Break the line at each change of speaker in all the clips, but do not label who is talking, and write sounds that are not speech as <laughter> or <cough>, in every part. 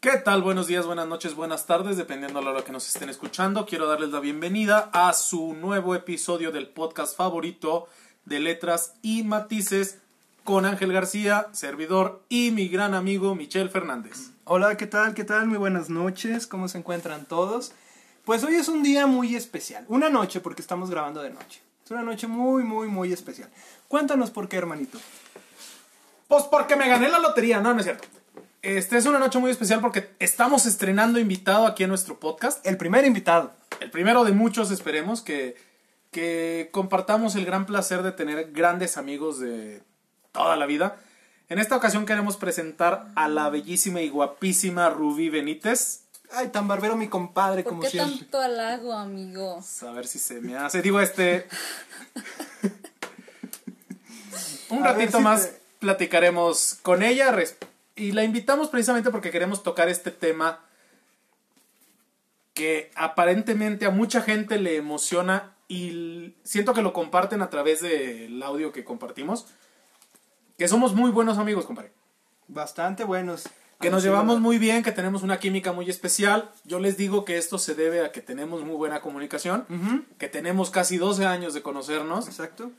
¿Qué tal? Buenos días, buenas noches, buenas tardes, dependiendo a la hora que nos estén escuchando. Quiero darles la bienvenida a su nuevo episodio del podcast favorito de Letras y Matices con Ángel García, servidor y mi gran amigo Michel Fernández.
Hola, ¿qué tal? ¿Qué tal? Muy buenas noches, ¿cómo se encuentran todos? Pues hoy es un día muy especial, una noche porque estamos grabando de noche. Es una noche muy, muy, muy especial. Cuéntanos por qué, hermanito.
Pues porque me gané la lotería, no, no es cierto. Este es una noche muy especial porque estamos estrenando invitado aquí en nuestro podcast.
El primer invitado.
El primero de muchos, esperemos, que, que compartamos el gran placer de tener grandes amigos de toda la vida. En esta ocasión queremos presentar a la bellísima y guapísima Rubí Benítez.
Ay, tan barbero mi compadre,
¿Por
como
qué
siempre.
tanto halago, amigo?
A ver si se me hace. Digo, este. Un
A ver
ratito
si
más
te-
platicaremos con ella. res- Y la invitamos precisamente porque queremos tocar este tema que aparentemente a mucha gente le emociona y l- siento que lo comparten a través del audio que compartimos. Que somos muy buenos amigos, compadre.
Bastante buenos.
Que nos
Ah, Sí,
llevamos
¿verdad?
muy bien, que tenemos una química muy especial. Yo les digo que esto se debe a que tenemos muy buena comunicación,
Ujú,
que tenemos casi 12 años de conocernos
Exacto.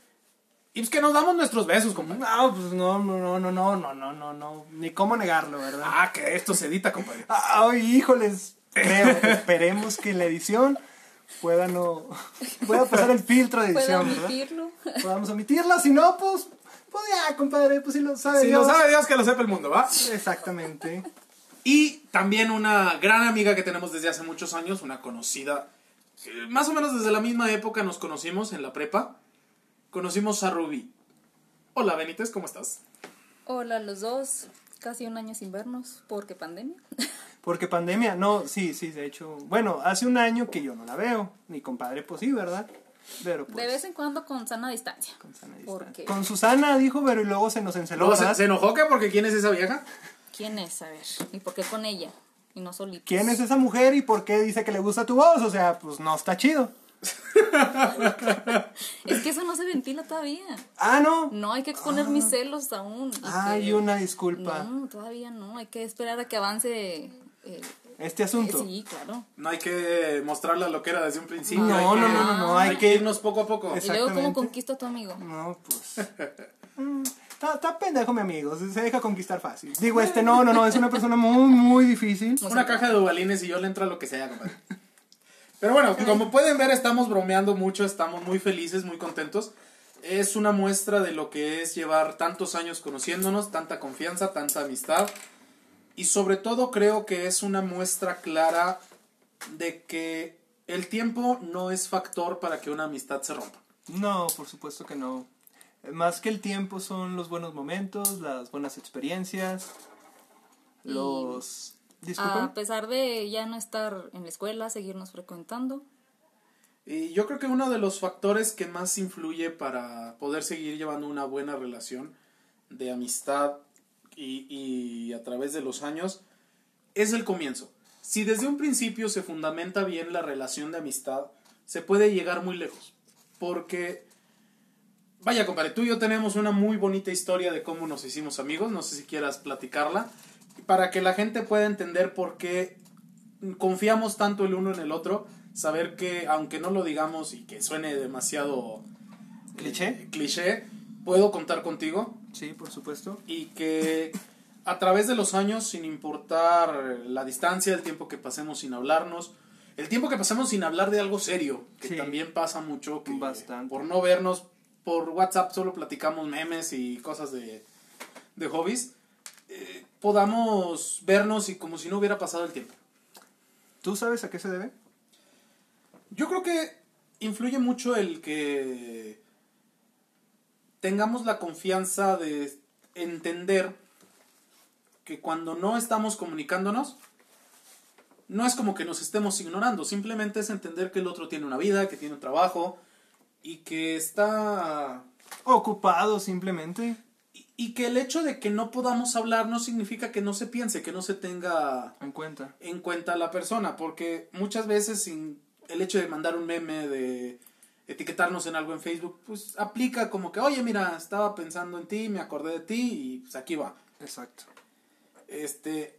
y pues que nos damos nuestros besos, compadre.
No, pues no, no, no, no, no, no, no, no, no. Ni cómo negarlo, ¿verdad?
Ah, que esto se edita, compadre.
Ah, Ay, híjoles,
<laughs>
creo, esperemos que en la edición pueda no pueda pasar el filtro de
¿Puedo
edición, ¿verdad?
omitirlo?
Podamos omitirla, si no, pues, pues ya, compadre, pues si lo sabe
Si lo
Dios.
sabe Dios, que lo sepa el mundo, ¿va?
Exactamente.
Y también una gran amiga que tenemos desde hace muchos años, una conocida. eh, Más o menos desde la misma época nos conocimos en la prepa. Conocimos a Rubí. Hola, Benítez, ¿cómo estás?
<laughs> Hola, los dos. Casi un año sin vernos, porque pandemia. <laughs>
Porque pandemia, no, sí, sí, de hecho, bueno, hace un año que yo no la veo, mi compadre, pues sí, ¿verdad? Pero pues,
De vez en cuando con sana distancia.
con sana
¿Por
distancia.
qué?
Con Susana dijo, pero y luego se nos enceló,
Luego se,
¿verdad?
se enojó, ¿qué? Porque ¿quién es esa vieja?
¿Quién es? A ver. ¿Y por qué con ella? Y no solitos.
¿Quién es esa mujer y por qué dice que le gusta tu voz? O sea, pues no está chido.
Es que eso no se ventila todavía.
Ah, no.
No, hay que exponer mis celos aún. y
Ah. Ay,
que-
una disculpa.
No, todavía no. Hay que esperar a que avance. eh,
Este asunto.
sí, claro.
No hay que mostrarla lo que era desde un principio.
No,
hay
no,
que-
no, no, no, hay
Hay
que
que irnos poco a poco.
Y luego, ¿cómo
Exactamente.
conquisto a tu amigo?
No, pues. <laughs> Mm, Está, está pendejo, mi amigo. Se se deja conquistar fácil. Digo, este, no, no, no. Es una persona muy, muy difícil.
Una caja de balines y yo le entro a lo que sea, compadre. Pero bueno, como pueden ver, estamos bromeando mucho, estamos muy felices, muy contentos. Es una muestra de lo que es llevar tantos años conociéndonos, tanta confianza, tanta amistad. Y sobre todo creo que es una muestra clara de que el tiempo no es factor para que una amistad se rompa.
No, por supuesto que no. Más que el tiempo son los buenos momentos, las buenas experiencias,
Y-
los...
A
Disculpa.
pesar de ya no estar en la escuela, seguirnos frecuentando.
Y yo creo que uno de los factores que más influye para poder seguir llevando una buena relación de amistad y, y a través de los años es el comienzo. Si desde un principio se fundamenta bien la relación de amistad, se puede llegar muy lejos. Porque, vaya compadre, tú y yo tenemos una muy bonita historia de cómo nos hicimos amigos, no sé si quieras platicarla, para que la gente pueda entender por qué confiamos tanto el uno en el otro, saber que aunque no lo digamos y que suene demasiado eh,
¿Cliché?
cliché, puedo contar contigo
Sí, por supuesto.
y que a través de los años, sin importar la distancia, el tiempo que pasemos sin hablarnos, el tiempo que pasemos sin hablar de algo serio, que
Sí.
también pasa mucho, que
Bastante.
por no vernos por WhatsApp solo platicamos memes y cosas de, de hobbies, eh, podamos vernos y como si no hubiera pasado el tiempo.
¿Tú sabes a qué se debe?
Yo creo que influye mucho el que tengamos la confianza de entender que cuando no estamos comunicándonos, no es como que nos estemos ignorando, simplemente es entender que el otro tiene una vida, que tiene un trabajo y que está...
Ocupado, simplemente.
y- Y que el hecho de que no podamos hablar no significa que no se piense, que no se tenga
En cuenta.
en cuenta a la persona, porque muchas veces sin el hecho de mandar un meme, de etiquetarnos en algo en Facebook, pues aplica como que, oye, mira, estaba pensando en ti, me acordé de ti y pues aquí va.
Exacto.
Este,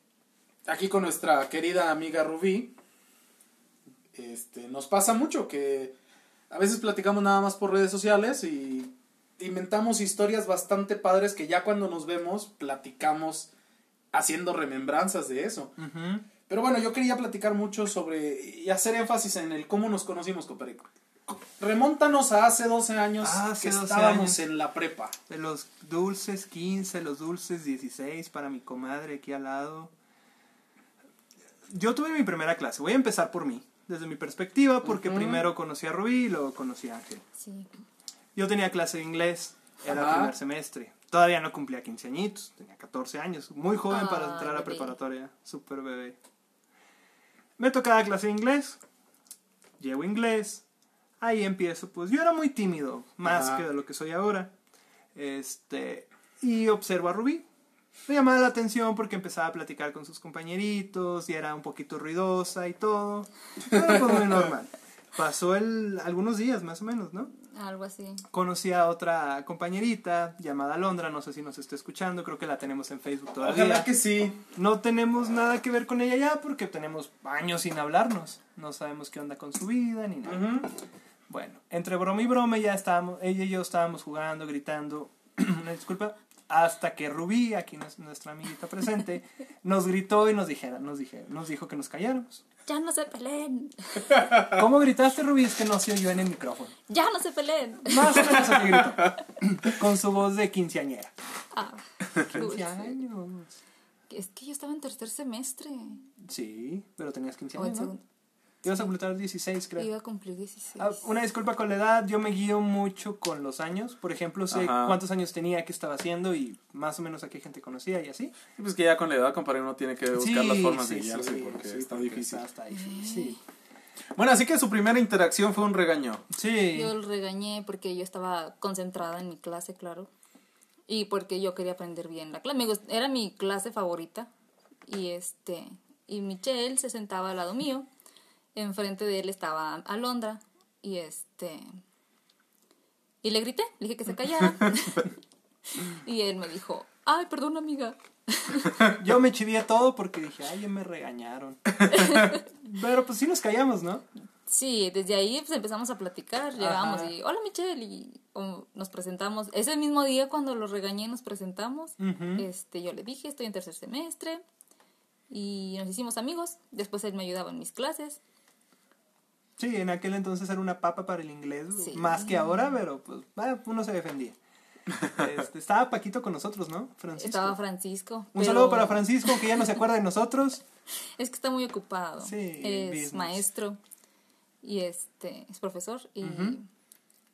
aquí con nuestra querida amiga Rubí, este, nos pasa mucho que a veces platicamos nada más por redes sociales y inventamos historias bastante padres que ya cuando nos vemos platicamos haciendo remembranzas de eso.
Ujú.
Pero bueno, yo quería platicar mucho sobre y hacer énfasis en el cómo nos conocimos, Coperico. Co- Remóntanos a hace 12 años
Ah, hace
que
12
estábamos
años.
en la prepa.
De los dulces 15, los dulces 16 para mi comadre aquí al lado. Yo tuve mi primera clase. Voy a empezar por mí, desde mi perspectiva, porque
Ujú.
primero conocí a Rubí y luego conocí a Ángel.
Sí.
Yo tenía clase de inglés, era
Ajá.
primer semestre. Todavía no cumplía 15 añitos, tenía 14 años, muy joven para
Ah,
entrar a la
bebé.
preparatoria, súper bebé. Me tocaba clase de inglés, llevo inglés, ahí empiezo, pues yo era muy tímido, más
Ajá.
que de lo que soy ahora. Este, y observo a Rubí. Me llamaba la atención porque empezaba a platicar con sus compañeritos y era un poquito ruidosa y todo. Pero pues muy normal. Pasó el, algunos días más o menos, ¿no?
Algo así.
conocí a otra compañerita llamada Londra, no sé si nos está escuchando, creo que la tenemos en Facebook todavía.
Ojalá que sí.
No tenemos nada que ver con ella ya porque tenemos años sin hablarnos, no sabemos qué onda con su vida ni nada.
Ujú.
Bueno, entre broma y broma ya estábamos, ella y yo estábamos jugando, gritando, <clears throat> una disculpa, hasta que Rubí, aquí nos- nuestra
<laughs>
amiguita presente, nos gritó y nos dijera, nos dije, nos dijo que nos calláramos.
Ya no se peleen.
¿Cómo gritaste, Rubí? Es que no se oyó en el micrófono.
Ya no se peleen.
Más o menos así gritó. <clears throat> Con su voz de quinceañera. <laughs>
Ah, dulce.
15 años.
Es que yo estaba en tercer semestre.
Sí, pero tenías 15
O en
años. ¿no?
segundo.
Ibas a completar 16, creo.
Iba a cumplir 16.
Ah, una disculpa con la edad, yo me guío mucho con los años. Por ejemplo, sé
Ajá.
cuántos años tenía, qué estaba haciendo y más o menos a qué gente conocía y así.
Sí, Pues que ya con la edad, compadre, uno tiene que buscar las formas de
sí,
guiarse
sí,
porque
sí,
está
porque
difícil.
está- está difícil.
Bueno, así que su primera interacción fue un regaño.
Sí.
Yo lo regañé porque yo estaba concentrada en mi clase, claro. Y porque yo quería aprender bien la clase. Me gust- era mi clase favorita. Y este y Michelle se sentaba al lado mío. Enfrente de él estaba Alondra. Y este y le grité, le dije que se callara. <laughs> y él me dijo, "Ay, perdón, amiga."
Yo me chivé todo porque dije, ay, ya
<laughs>
me regañaron. pero pues sí nos callamos, ¿no?
Sí, desde ahí pues, empezamos a platicar, llegamos
Ajá.
y, hola Michelle, y um, nos presentamos. Ese mismo día cuando lo regañé nos presentamos,
Ujú.
este, yo le dije, estoy en tercer semestre, y nos hicimos amigos, después él me ayudaba en mis clases.
Sí, en aquel entonces era una papa para el inglés,
Sí.
más que ahora, pero pues ah, uno se
<laughs>
defendía. Este, estaba Paquito con nosotros, ¿no? Francisco.
Estaba Francisco.
Un
pero
saludo para Francisco, que ya no se acuerda de nosotros.
<laughs> Es que está muy ocupado,
Sí,
es
business.
maestro, y este, es profesor, y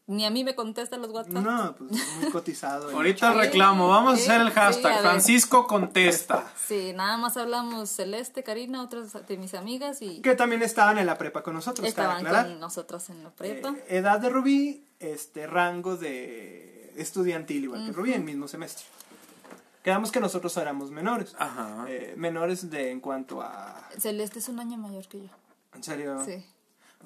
ni a mí me contesta los WhatsApp.
No, pues muy cotizado. el
Ahorita
Sí,
reclamo, vamos eh, a
sí,
hacer el
sí, a
hashtag.
ver.
Francisco contesta.
Sí, nada más hablamos Celeste, Karina, otras de mis amigas y...
chavo. Que también estaban en la prepa con nosotros, cabe
Estaban
aclarar.
con nosotros en la prepa.
Eh, edad de Rubí, este rango de estudiantil igual que Rubí, en mismo semestre. Quedamos que nosotros éramos menores.
Ajá.
Eh, menores de en cuanto a...
Celeste es un año mayor que yo.
¿En serio?
Sí.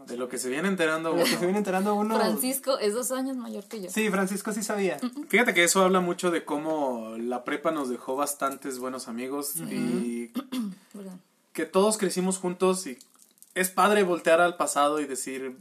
De lo que se viene enterando
Lo
uno.
que se viene enterando uno...
Francisco es dos años mayor que yo.
Sí, Francisco sí sabía.
Fíjate que eso habla mucho de cómo la prepa nos dejó bastantes buenos amigos y
Perdón.
que todos crecimos juntos y es padre voltear al pasado y decir,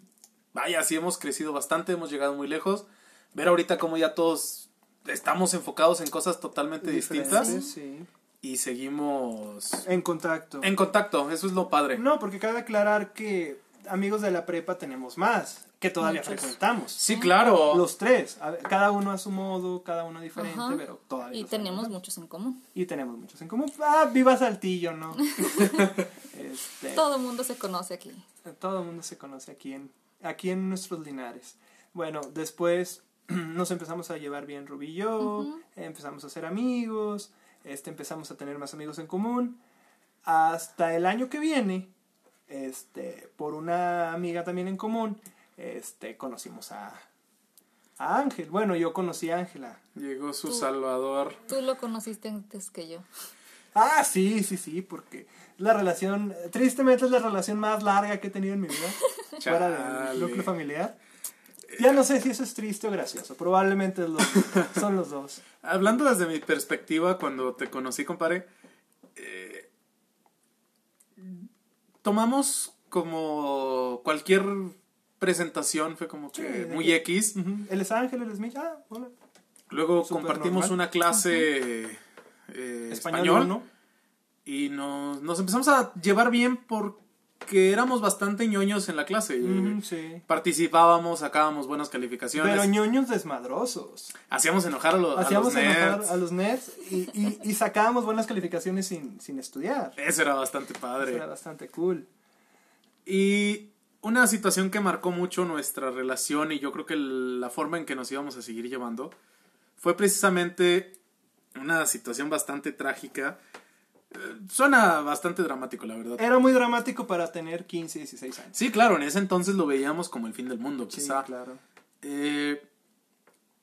vaya, sí hemos crecido bastante, hemos llegado muy lejos. Ver ahorita cómo ya todos estamos enfocados en cosas totalmente distintas
Diferentes, sí.
y seguimos
En contacto.
en contacto, eso es lo padre.
No, porque cabe aclarar que amigos de la prepa tenemos más, que todavía
Muchos.
frecuentamos.
Sí, claro.
Los tres, a ver, cada uno a su modo, cada uno diferente,
Ajá.
pero todavía.
Y
los
tenemos
frecuentamos.
muchos en común.
Y tenemos muchos en común. Ah, viva Saltillo,
<laughs>
¿no? Este,
Todo el mundo se conoce aquí.
todo el mundo se conoce aquí en, aquí en nuestros linares. Bueno, después <clears throat> nos empezamos a llevar bien Rubí y yo, empezamos a ser amigos, este, empezamos a tener más amigos en común. Hasta el año que viene, este, por una amiga también en común, este, conocimos a, a Ángel. Bueno, yo conocí a Ángela.
Llegó su
Tú.
salvador.
Tú lo conociste antes que yo.
Ah, sí, sí, sí, porque la relación, tristemente es la relación más larga que he tenido en
<laughs>
mi vida, fuera del
Chale.
núcleo familiar. Ya no sé si eso es triste o gracioso, probablemente
<laughs>
es lo- son los dos.
Hablando desde mi perspectiva, cuando te conocí, compadre, eh, tomamos como cualquier presentación, fue como que
Sí, de
muy
que-
X.
Ujú. Él es Ángel, él es Mitch. Ah, hola.
Luego
Súper
compartimos
normal.
una clase eh,
Español,
español
uno.
y nos, nos empezamos a llevar bien porque éramos bastante ñoños en la clase.
Ujú, sí.
Participábamos, sacábamos buenas calificaciones,
Pero ñoños desmadrosos.
hacíamos enojar a los, a
Hacíamos
los
enojar
nerds.
a los nerds y, y- y sacábamos buenas calificaciones sin, sin estudiar.
Eso era bastante
Eso
padre.
era bastante cool.
Y una situación que marcó mucho nuestra relación y yo creo que el- la forma en que nos íbamos a seguir llevando fue precisamente una situación bastante trágica. Eh, Suena bastante dramático, la verdad.
Era muy dramático para tener 15, 16 años.
Sí, claro, en ese entonces lo veíamos como el fin del mundo,
Sí,
quizá.
claro.
Eh,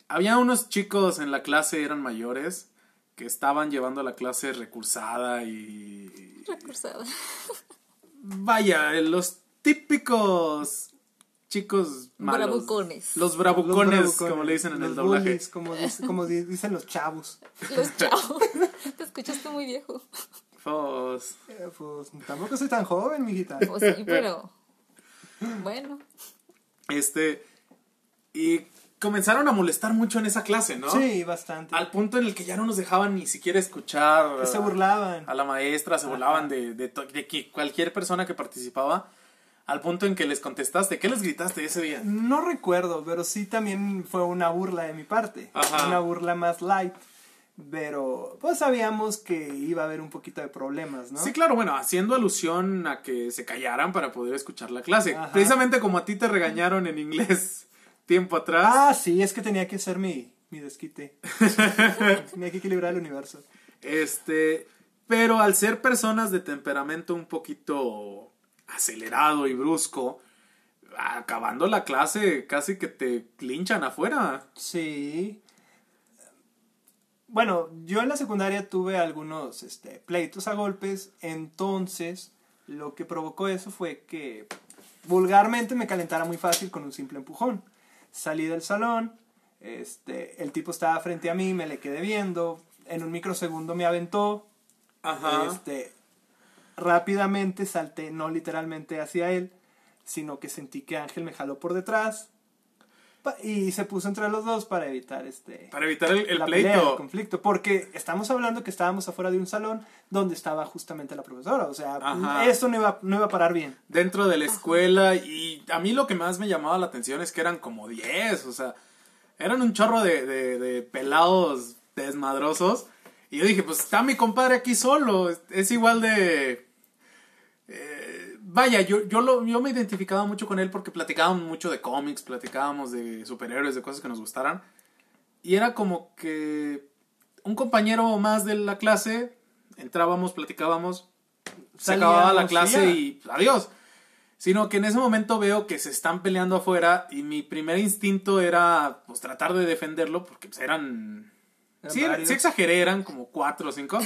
había unos chicos en la clase, eran mayores, que estaban llevando la clase recursada y...
<laughs>
Recursada.
Vaya, eh, los típicos chicos malos.
Bravucones.
Los
Los
bravucones,
bravucones,
como le dicen en
los
el doblaje.
bullies, como, dice- como di- dicen los chavos.
Los chavos. Te escuchaste muy viejo.
Fos.
Eh, pues tampoco soy tan joven, mijita. <laughs>
O sí, pero. Bueno.
Este. Y comenzaron a molestar mucho en esa clase, <laughs> ¿no?
Sí, bastante.
Al punto en el que ya no nos dejaban ni siquiera escuchar.
Se
a-
burlaban.
A la maestra, se burlaban de, de, to- de que cualquier persona que participaba. Al punto en que les contestaste. ¿Qué les gritaste ese día?
No recuerdo, pero sí también fue una burla de mi parte.
Ajá.
Una burla más light. Pero pues sabíamos que iba a haber un poquito de problemas, ¿no?
Sí, claro, bueno, haciendo alusión a que se callaran para poder escuchar la clase.
Ajá.
Precisamente como a ti te regañaron en inglés <laughs> tiempo atrás.
Ah, sí, es que tenía que ser mi, mi desquite.
<laughs>
tenía que equilibrar el universo.
Este, pero al ser personas de temperamento un poquito acelerado y brusco, acabando la clase casi que te linchan afuera.
Sí. Bueno, yo en la secundaria tuve algunos este, pleitos a golpes, entonces lo que provocó eso fue que vulgarmente me calentara muy fácil con un simple empujón. Salí del salón, este, el tipo estaba frente a mí, me le quedé viendo, en un microsegundo me aventó, este, rápidamente salté, no literalmente hacia él, sino que sentí que Ángel me jaló por detrás pa- y se puso entre los dos para evitar este
Para evitar el, el
la pelea, el
pleito.
conflicto, porque estamos hablando que estábamos afuera de un salón donde estaba justamente la profesora, o sea,
Ajá.
esto no iba, no iba a parar bien.
Dentro de la escuela y a mí lo que más me llamaba la atención es que eran como 10, o sea, eran un chorro de, de- de pelados desmadrosos. Y yo dije, pues está mi compadre aquí solo, es igual de... eh, vaya, yo, yo, lo, yo me identificaba mucho con él porque platicábamos mucho de cómics, platicábamos de superhéroes, de cosas que nos gustaran. Y era como que un compañero más de la clase, entrábamos, platicábamos, se
Salíamos,
acababa la
y
clase
ya.
y pues, adiós. Sino que en ese momento veo que se están peleando afuera y mi primer instinto era pues tratar de defenderlo porque pues, eran...
Eran
Sí, era-
varios.
sí exageré, eran como cuatro o
<laughs>
cinco.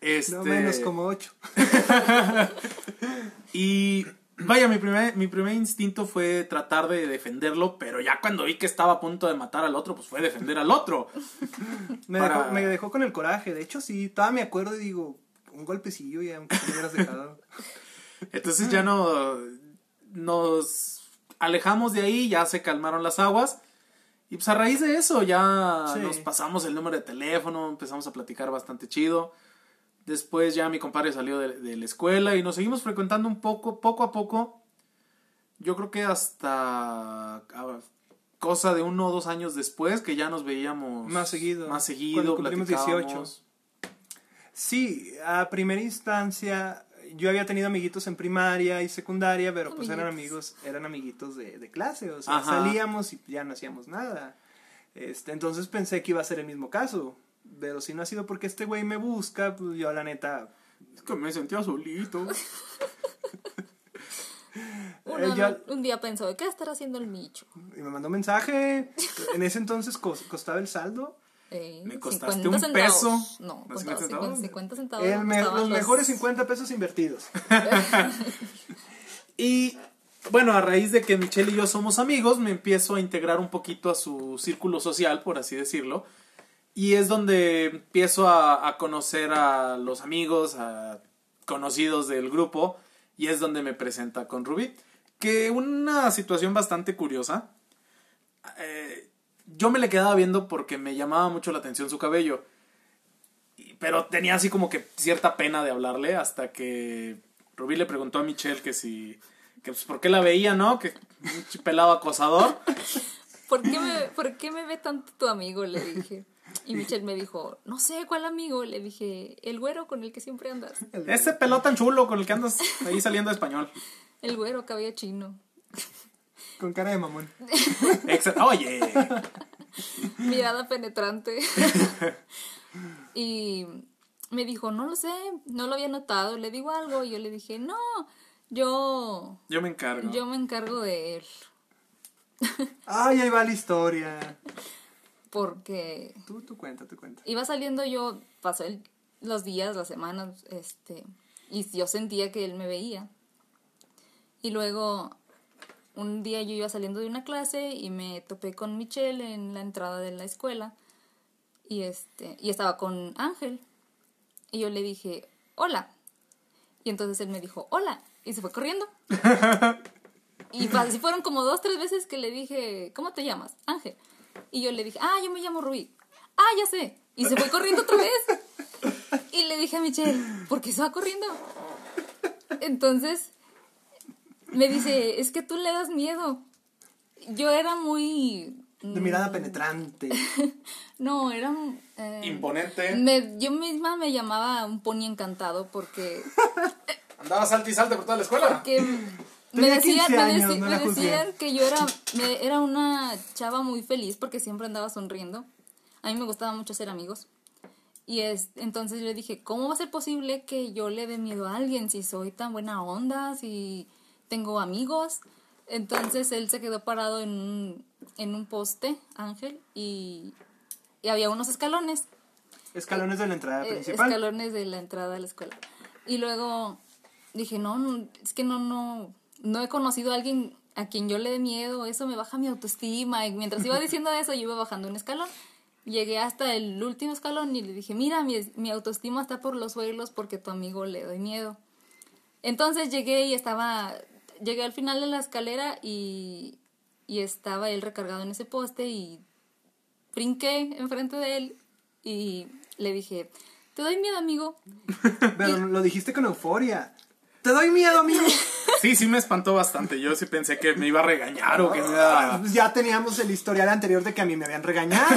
Este,
No menos como ocho.
y vaya, mi primer, mi primer instinto fue tratar de defenderlo, pero ya cuando vi que estaba a punto de matar al otro, pues fue defender al otro.
Me,
Para-
dejó, me dejó con el coraje, de hecho sí, todavía me acuerdo y digo, un golpecillo y aunque me hubieras dejado.
Entonces ya no nos alejamos de ahí, ya se calmaron las aguas. Y pues a raíz de eso ya
Sí.
nos pasamos el número de teléfono, empezamos a platicar bastante chido. Después ya mi compadre salió de, de la escuela y nos seguimos frecuentando un poco, poco a poco. Yo creo que hasta ah, cosa de uno o dos años después que ya nos veíamos
Más seguido.
Más seguido,
Cuando cumplimos
platicábamos.
18. Sí, a primera instancia yo había tenido amiguitos en primaria y secundaria, pero pues eran amigos, eran amiguitos de, de clase, o sea,
Ajá.
salíamos y ya no hacíamos nada. Este, entonces pensé que iba a ser el mismo caso, pero si no ha sido porque este güey me busca, pues yo la neta...
Es que me sentía solito.
Uno
Eh, ya-
no- un día pensó, ¿qué estará haciendo el Micho?
Y me mandó un mensaje, en ese entonces cos- costaba el saldo.
Eh,
Me costaste
50
un
centavos.
peso.
No,
¿No,
contaba
50
50
centavos?
50 centavos.
El me-
costaban
los mejores 50 pesos invertidos.
Y bueno, a raíz de que Michelle y yo somos amigos, me empiezo a integrar un poquito a su círculo social, por así decirlo. Y es donde empiezo a, a conocer a los amigos, a conocidos del grupo. Y es donde me presenta con Rubí. Que una situación bastante curiosa. eh, yo me le quedaba viendo porque me llamaba mucho la atención su cabello. Y- Pero tenía así como que cierta pena de hablarle hasta que Rubí le preguntó a Michelle que si... Que pues, ¿Por qué la veía, no? Que un pelado acosador.
¿Por qué, me, ¿Por qué me ve tanto tu amigo? Le dije. Y Michelle me dijo, no sé cuál amigo. Le dije, el güero con el que siempre andas.
Ese pelado tan chulo con el que andas ahí saliendo de español.
El güero, cabello chino.
Con cara de mamón.
Exa- Oye.
Mirada penetrante. <laughs> y me dijo, no lo sé, no lo había notado. Le digo algo. Y yo le dije, no, yo,
Yo me encargo.
yo me encargo de él.
Ay, ahí va la historia.
Porque
Tú, tú cuenta, tú cuenta.
iba saliendo yo, pasó el- los días, las semanas, este, y yo sentía que él me veía. Y luego, un día yo iba saliendo de una clase y me topé con Michelle en la entrada de la escuela. Y, este, y estaba con Ángel. Y yo le dije, hola. Y entonces él me dijo, hola. Y se
<laughs>
fue corriendo. Y pa- así fueron como dos, tres veces que le dije, ¿cómo te llamas? Ángel. Y yo le dije, ah, yo me llamo Rubí. Ah, ya sé. Y se fue corriendo otra vez. Y le dije a Michelle, ¿por qué se va corriendo? Entonces, me dice, es que tú le das miedo. Yo era muy... mm,
De mirada penetrante.
No, era... un, eh,
Imponente.
me- yo misma me llamaba un pony encantado porque...
Andaba salte y salte por toda la escuela.
que me,
<laughs> Tenía
decían,
15
me
años,
deci-
no
me
la juzgué.
decían que yo era, me- era una chava muy feliz porque siempre andaba sonriendo. A mí me gustaba mucho ser amigos. Y es, entonces yo dije, ¿cómo va a ser posible que yo le dé miedo a alguien si soy tan buena onda, si tengo amigos? Entonces él se quedó parado en un, en un poste, Ángel, y, y había unos escalones
Escalones de la entrada
eh,
principal.
escalones de la entrada a la escuela. Y luego dije, no, no, es que no, no, no he conocido a alguien a quien yo le dé miedo, eso me baja mi autoestima. Y mientras iba diciendo eso, yo iba bajando un escalón. Llegué hasta el último escalón y le dije, mira, mi, mi autoestima está por los suelos porque a tu amigo le doy miedo. Entonces llegué y estaba, llegué al final de la escalera y, y estaba él recargado en ese poste y brinqué enfrente de él y le dije, te doy miedo, amigo.
<laughs> Pero lo dijiste con euforia. Te doy miedo, amigo.
Sí, sí me espantó bastante. Yo sí pensé que me iba a regañar o que me iba a...
Pues ya teníamos el historial anterior de que a mí me habían regañado.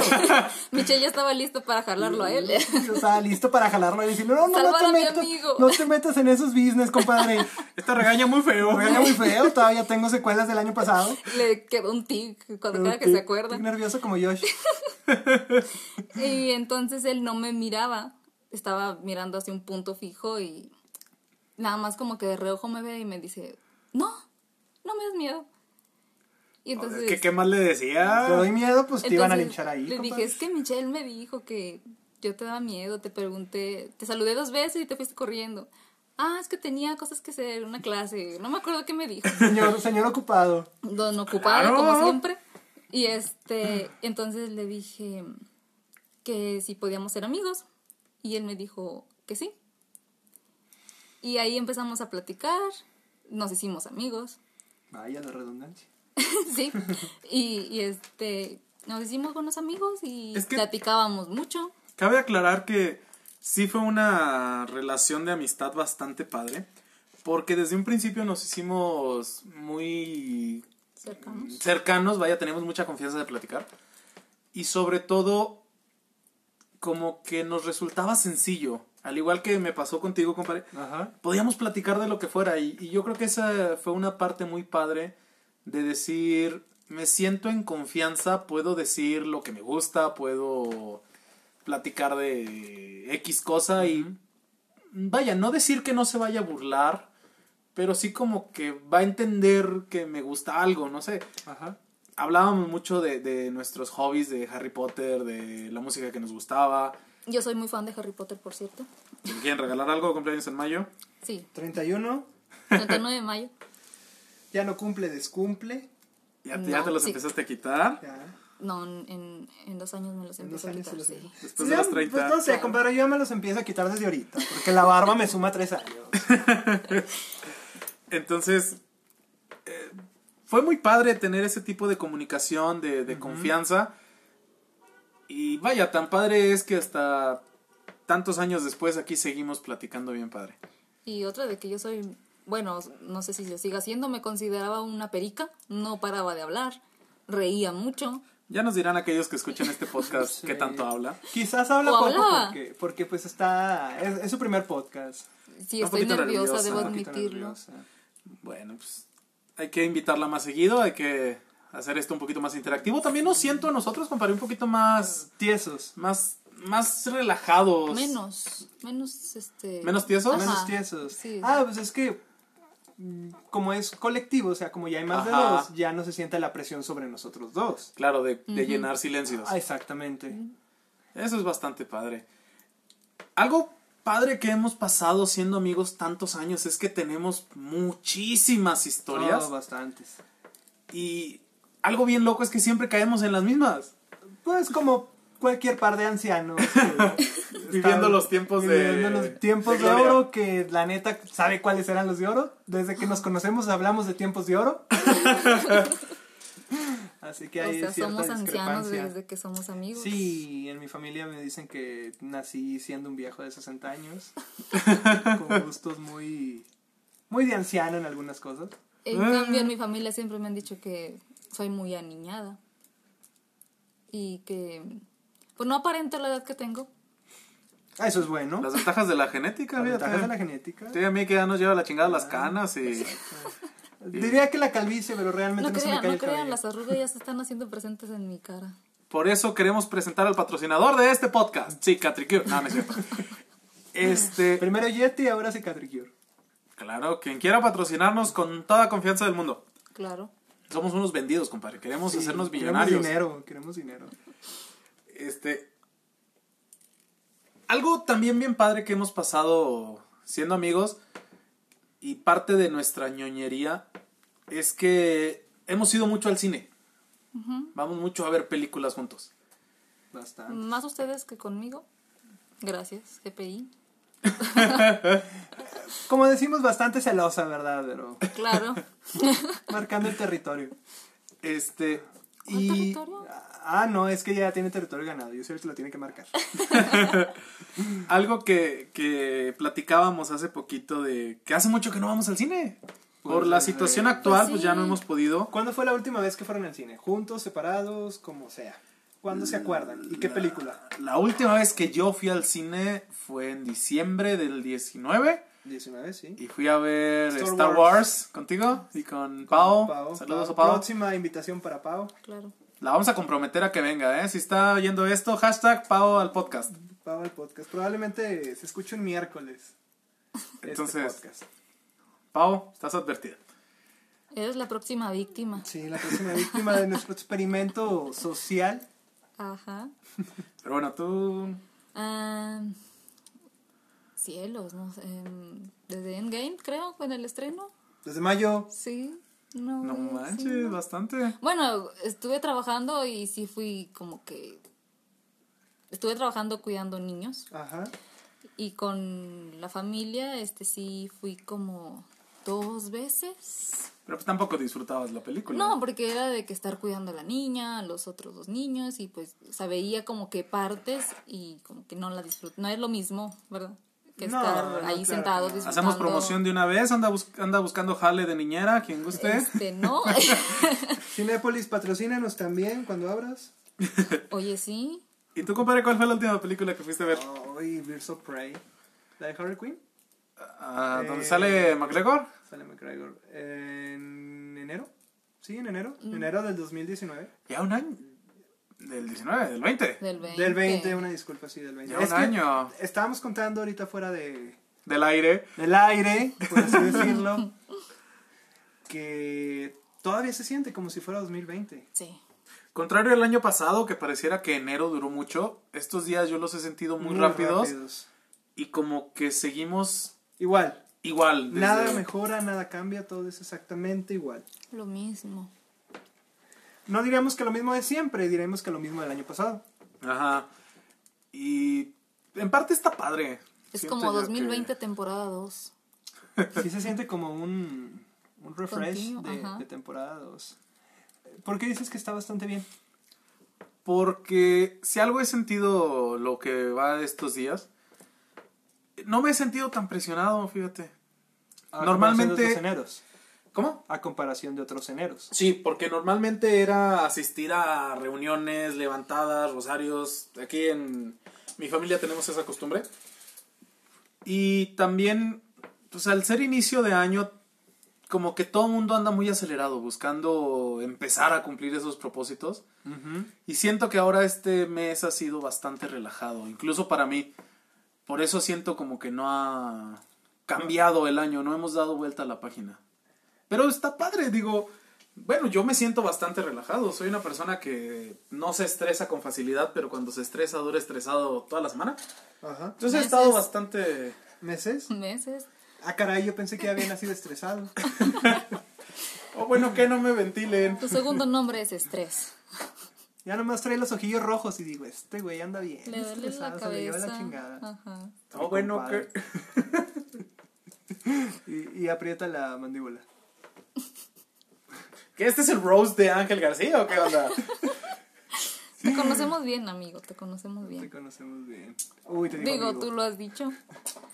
Michelle ya estaba listo para jalarlo a él. <laughs>
Yo estaba listo para jalarlo y decirle, no, no, no
Salvar a
te
mi
metas.
amigo.
No te metas en esos business, compadre.
Esta regaña muy feo.
<laughs>
Regaña muy feo, todavía tengo secuelas del año pasado.
Le quedó un tic cuando cada que
Tic,
se acuerda.
tic nervioso como
<laughs>
Josh.
Y entonces él no me miraba, estaba mirando hacia un punto fijo y nada más como que de reojo me ve y me dice, no, no me des miedo. Y entonces...
¿Qué, ¿Qué más le
Te doy
decía?
miedo, pues te iban a
Entonces,
linchar ahí.
Le
compadre.
dije, es que Michelle me dijo que yo te daba miedo, te pregunté, te saludé dos veces y te fuiste corriendo. Ah, es que tenía cosas que hacer, una clase, no me acuerdo qué me dijo. <laughs>
Señor, señor ocupado.
Don ocupado,
Claro.
como siempre. Y este, entonces le dije que si podíamos ser amigos. Y él me dijo que sí. Y ahí empezamos a platicar, nos hicimos amigos.
Vaya la redundancia.
<laughs> Sí, y, y, este, nos hicimos buenos amigos y
Es que-
platicábamos mucho.
Cabe aclarar que sí fue una relación de amistad bastante padre. Porque desde un principio nos hicimos muy
Cercanos.
cercanos, vaya, tenemos mucha confianza de platicar. Y sobre todo, como que nos resultaba sencillo. Al igual que me pasó contigo, compadre.
Ajá.
podíamos platicar de lo que fuera y, y yo creo que esa fue una parte muy padre de decir me siento en confianza, puedo decir lo que me gusta, puedo platicar de X cosa y vaya, no decir que no se vaya a burlar, pero sí como que va a entender que me gusta algo, no sé
Ajá.
hablábamos mucho de, de nuestros hobbies, de Harry Potter, de la música que nos gustaba.
Yo soy muy fan de Harry Potter, por cierto.
¿Me quieren regalar algo de cumpleaños en mayo?
<laughs>
Sí,
31,
29 de mayo.
ya no cumple, descumple.
Ya, te- ya te
No,
los
sí.
empezaste a quitar.
Ya.
No, en, en dos años me los
En dos
empiezo a
años se
quitar,
los
sí.
Después
de los 30.
Pues no sé, compadre, yo ya me los empiezo a quitar desde ahorita. Porque la barba me suma tres años.
Entonces, eh, fue muy padre tener ese tipo de comunicación, de, de confianza. Y vaya, tan padre es que hasta tantos años después aquí seguimos platicando bien padre.
Y otra de que yo soy, bueno, no sé si se siga haciendo, me consideraba una perica, no paraba de hablar, reía mucho.
Ya nos dirán aquellos que escuchan este podcast
<laughs>
<laughs>
Sí.
qué tanto habla.
Quizás habla
O
poco
hablaba.
porque, porque pues está... Es, es su primer podcast.
Sí,
Un
estoy
poquito
nerviosa,
nerviosa,
debo
un
Un poquito
admitirlo.
nerviosa.
Bueno, pues hay que invitarla más seguido, hay que hacer esto un poquito más interactivo. También nos siento a nosotros, compadre, un poquito más,
Tiesos.
más, más relajados.
Menos, menos este...
¿Menos tiesos?
Ajá.
Pues, Menos tiesos.
sí.
Ah, pues es que mm, como es colectivo, o sea, como ya hay más
Ajá.
de dos, ya no se siente la presión sobre nosotros dos.
Claro, de, de llenar silencios.
Ah, exactamente.
Eso es bastante padre. Algo padre que hemos pasado siendo amigos tantos años es que tenemos muchísimas historias.
Oh, bastantes.
y algo bien loco es que siempre caemos en las mismas.
Pues como cualquier par de ancianos.
<laughs>
que están
Viviendo los tiempos de-
viviendo los tiempos
de
de,
gloria.
oro, que la neta sabe cuáles eran los de oro. Desde que nos conocemos hablamos de tiempos
<laughs>
de oro. Así que
o
hay
sea,
cierta
somos ancianos
discrepancia.
desde que somos amigos.
Sí, en mi familia me dicen que nací siendo un viejo de 60 años,
<laughs>
con gustos muy, muy de anciano en algunas cosas.
En cambio, en
Ah.
mi familia siempre me han dicho que soy muy aniñada. Y que, pues no aparento la edad que tengo.
Ah, eso es bueno.
Las ventajas de la genética,
Las
fíjate.
ventajas de la Ah, pues genética.
Sí, a mí que ya nos lleva la chingada las canas y...
Diría que la calvicie, pero realmente
No
no, se me
crean,
cae
no
el cabello.
crean, las arrugas ya se están haciendo presentes en mi cara.
Por eso queremos presentar al patrocinador de este podcast. Sí, Catricure. No, no es cierto. Este,
Primero Yeti, ahora cicatricure.
claro, quien quiera patrocinarnos con toda confianza del mundo.
Claro.
Somos unos vendidos, compadre. Queremos hacernos
Queremos
millonarios.
dinero, queremos dinero.
Este, algo también bien padre que hemos pasado siendo amigos y parte de nuestra ñoñería es que hemos ido mucho al cine. Vamos mucho a ver películas juntos. Ah.
Bastante.
Más ustedes que conmigo. Gracias, GPI.
Como decimos, bastante celosa, ¿verdad? Pero
<laughs>
Claro. Ah,
marcando el territorio.
Este,
¿Cuál
y
territorio?
Ah, no, es que ya tiene territorio ganado. Yo soy el que lo tiene que marcar.
Algo que, que platicábamos hace poquito de que hace mucho que no vamos al cine. Por
Pues,
la
eh,
situación actual,
sí.
pues ya no hemos podido.
¿Cuándo fue la última vez que fueron al cine? ¿Juntos, separados, como sea? ¿Cuándo se acuerdan? ¿Y qué película?
La última vez que yo fui al cine fue en diciembre del 19
19, sí.
y fui a ver
Star
Star,
Wars.
Wars. contigo y con Pau.
Pau,
Saludos
Pau.
a Pau.
Próxima invitación para Pau.
Claro.
La vamos a comprometer a que venga, ¿eh? Si está oyendo esto, hashtag Pau al podcast.
Pau al podcast. Probablemente se escuche un miércoles. este
Entonces-
podcast.
Pau, estás advertida.
Eres la próxima víctima.
Sí, la próxima víctima de nuestro experimento social.
Ajá.
Pero bueno, tú...
Ah, cielos, no sé. em, Desde Endgame, creo, en el estreno.
Desde mayo.
Sí. No,
No
sí,
manches,
no.
bastante.
Bueno, estuve trabajando y sí fui como que... Estuve trabajando cuidando niños
Ajá.
y con la familia, este sí fui como dos veces.
Pero pues tampoco disfrutabas la película.
No, porque era de que estar cuidando a la niña, a los otros dos niños y pues o sea, veía como que partes y como que no la disfruto. No es lo mismo, ¿verdad? Que
No,
estar
no, claro.
ahí sentado disfrutando.
Hacemos promoción de una vez, anda, bus- anda buscando jale de niñera, quien guste.
<laughs>
Este, no.
Cinepolis, patrocínanos también cuando abras.
Oye, sí.
¿Y tú, compadre, cuál fue la última película que fuiste a ver?
Ay, Birds of Prey. ¿La de Harley Quinn?
Ah, ¿Dónde
Eh.
sale McGregor?
Sale McGregor. En enero. Sí, en enero. Enero del 2019.
Ya un año. Del 19, del 20.
Del 20.
Del 20, una disculpa, sí, del 20.
Ya un
que
año.
Estábamos contando ahorita fuera de,
Del aire.
del aire, por <laughs> así decirlo, que todavía se siente como si fuera 2020.
Sí.
Contrario al año pasado, que pareciera que enero duró mucho, estos días yo los he sentido muy, rápidos, y como que seguimos
Igual,
igual. desde-
nada mejora, nada cambia, todo es exactamente igual.
Lo mismo.
No diríamos que lo mismo de siempre, diremos que lo mismo del año pasado.
Ajá. Y en parte está padre.
Es
Siento
como
yo que-
2020 temporada 2.
sí se siente como un, un refresh
Continuo,
de,
ajá.
de temporada 2. ¿Por qué dices que está bastante bien?
Porque si algo he sentido lo que va de estos días, no me he sentido tan presionado, fíjate.
A
Normalmente-
comparación de otros eneros.
¿Cómo?
A comparación de otros eneros.
Sí, porque normalmente era asistir a reuniones, levantadas, rosarios. Aquí en mi familia tenemos esa costumbre. Y también, pues al ser inicio de año, como que todo el mundo anda muy acelerado buscando empezar a cumplir esos propósitos.
Ujú.
Y siento que ahora este mes ha sido bastante relajado, incluso para mí. Por eso siento como que no ha cambiado el año, no hemos dado vuelta a la página. Pero está padre, digo, bueno, yo me siento bastante relajado, soy una persona que no se estresa con facilidad, pero cuando se estresa dura estresado toda la semana.
Ajá.
Entonces he
Meses.
estado bastante...
¿Meses?
Meses.
Ah, caray, yo pensé que ya había nacido estresado.
Oh, bueno, que no me ventilen.
Tu segundo nombre
<laughs>
es estrés.
Ya nomás trae los ojillos rojos y digo, este güey anda bien.
Le duele la
estresado, se le lleva la
cabeza. Ah.
chingada.
Ajá.
Oh, bueno, que...
Y, y aprieta la mandíbula.
¿Qué, este es el Rose de Ángel García o qué onda? <laughs>
Te conocemos bien, amigo, te conocemos
Te
bien.
conocemos bien. Uy, te digo,
Digo,
amigo.
tú lo has dicho.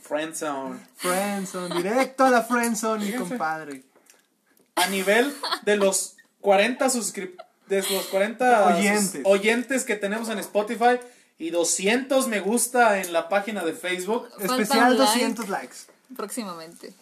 Friendzone.
Friendzone, directo a la friendzone, mi compadre.
a nivel de los 40 suscrip- de los 40 sus-
Oyentes.
oyentes que tenemos en Spotify y 200 me gusta en la página de Facebook.
Faltan
Especial
like.
200 likes.
Próximamente.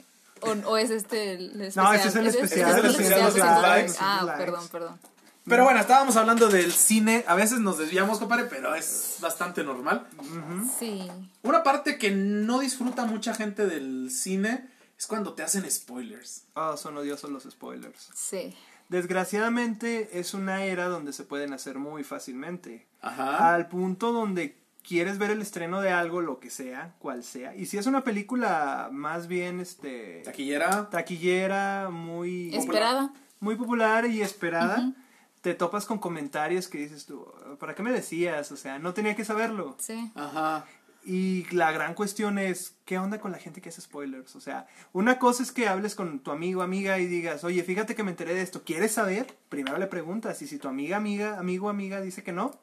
O, o es este el especial.
No, ese es el especial,
el especial, los likes,
los
Ah,
likes.
perdón, perdón.
Pero bueno, estábamos hablando del cine. A veces nos desviamos, compadre, pero es bastante normal.
¿Mm?
Sí.
Una parte que no disfruta mucha gente del cine es cuando te hacen spoilers.
Ah, son odiosos los spoilers.
Sí.
Desgraciadamente es una era donde se pueden hacer muy fácilmente.
Ajá.
Al punto donde quieres ver el estreno de algo, lo que sea, cual sea. Y si es una película más bien este
Taquillera.
taquillera, muy
Esperada.
muy popular y esperada, te topas con comentarios que dices tú, ¿para qué me decías? O sea, no tenía que saberlo.
Sí.
Ajá.
Y la gran cuestión es, ¿qué onda con la gente que hace spoilers? O sea, una cosa es que hables con tu amigo, amiga y digas, oye, fíjate que me enteré de esto, ¿quieres saber? Primero le preguntas y si tu amiga, amiga, amigo, amiga dice que no,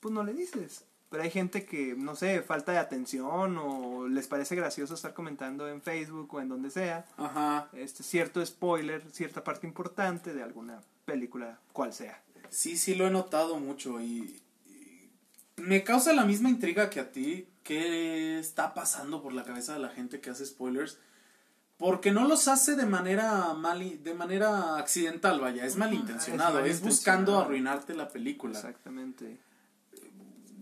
pues no le dices. Pero hay gente que, no sé, falta de atención o les parece gracioso estar comentando en Facebook o en donde sea,
Ajá.
este cierto spoiler, cierta parte importante de alguna película, cual sea.
Sí, sí, lo he notado mucho y, y me causa la misma intriga que a ti. ¿Qué está pasando por la cabeza de la gente que hace spoilers? Porque no los hace de manera mal, de manera accidental, vaya, es malintencionado, es,
Es
buscando
malintencionado.
arruinarte la película.
Exactamente.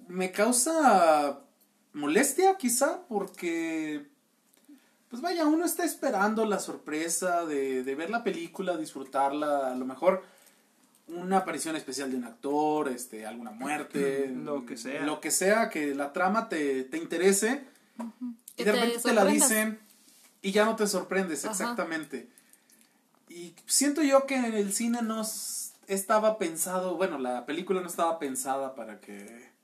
Me causa molestia quizá porque pues vaya, uno está esperando la sorpresa de, de ver la película, disfrutarla, a lo mejor una aparición especial de un actor, este, alguna muerte,
<laughs> Lo que sea.
Lo que sea, que la trama te, te interese y
Que
de
te
repente te la
sorprendas.
dicen y ya no te sorprendes,
Ajá.
exactamente. Y siento yo que el cine no s- estaba pensado, bueno, la película no estaba pensada para que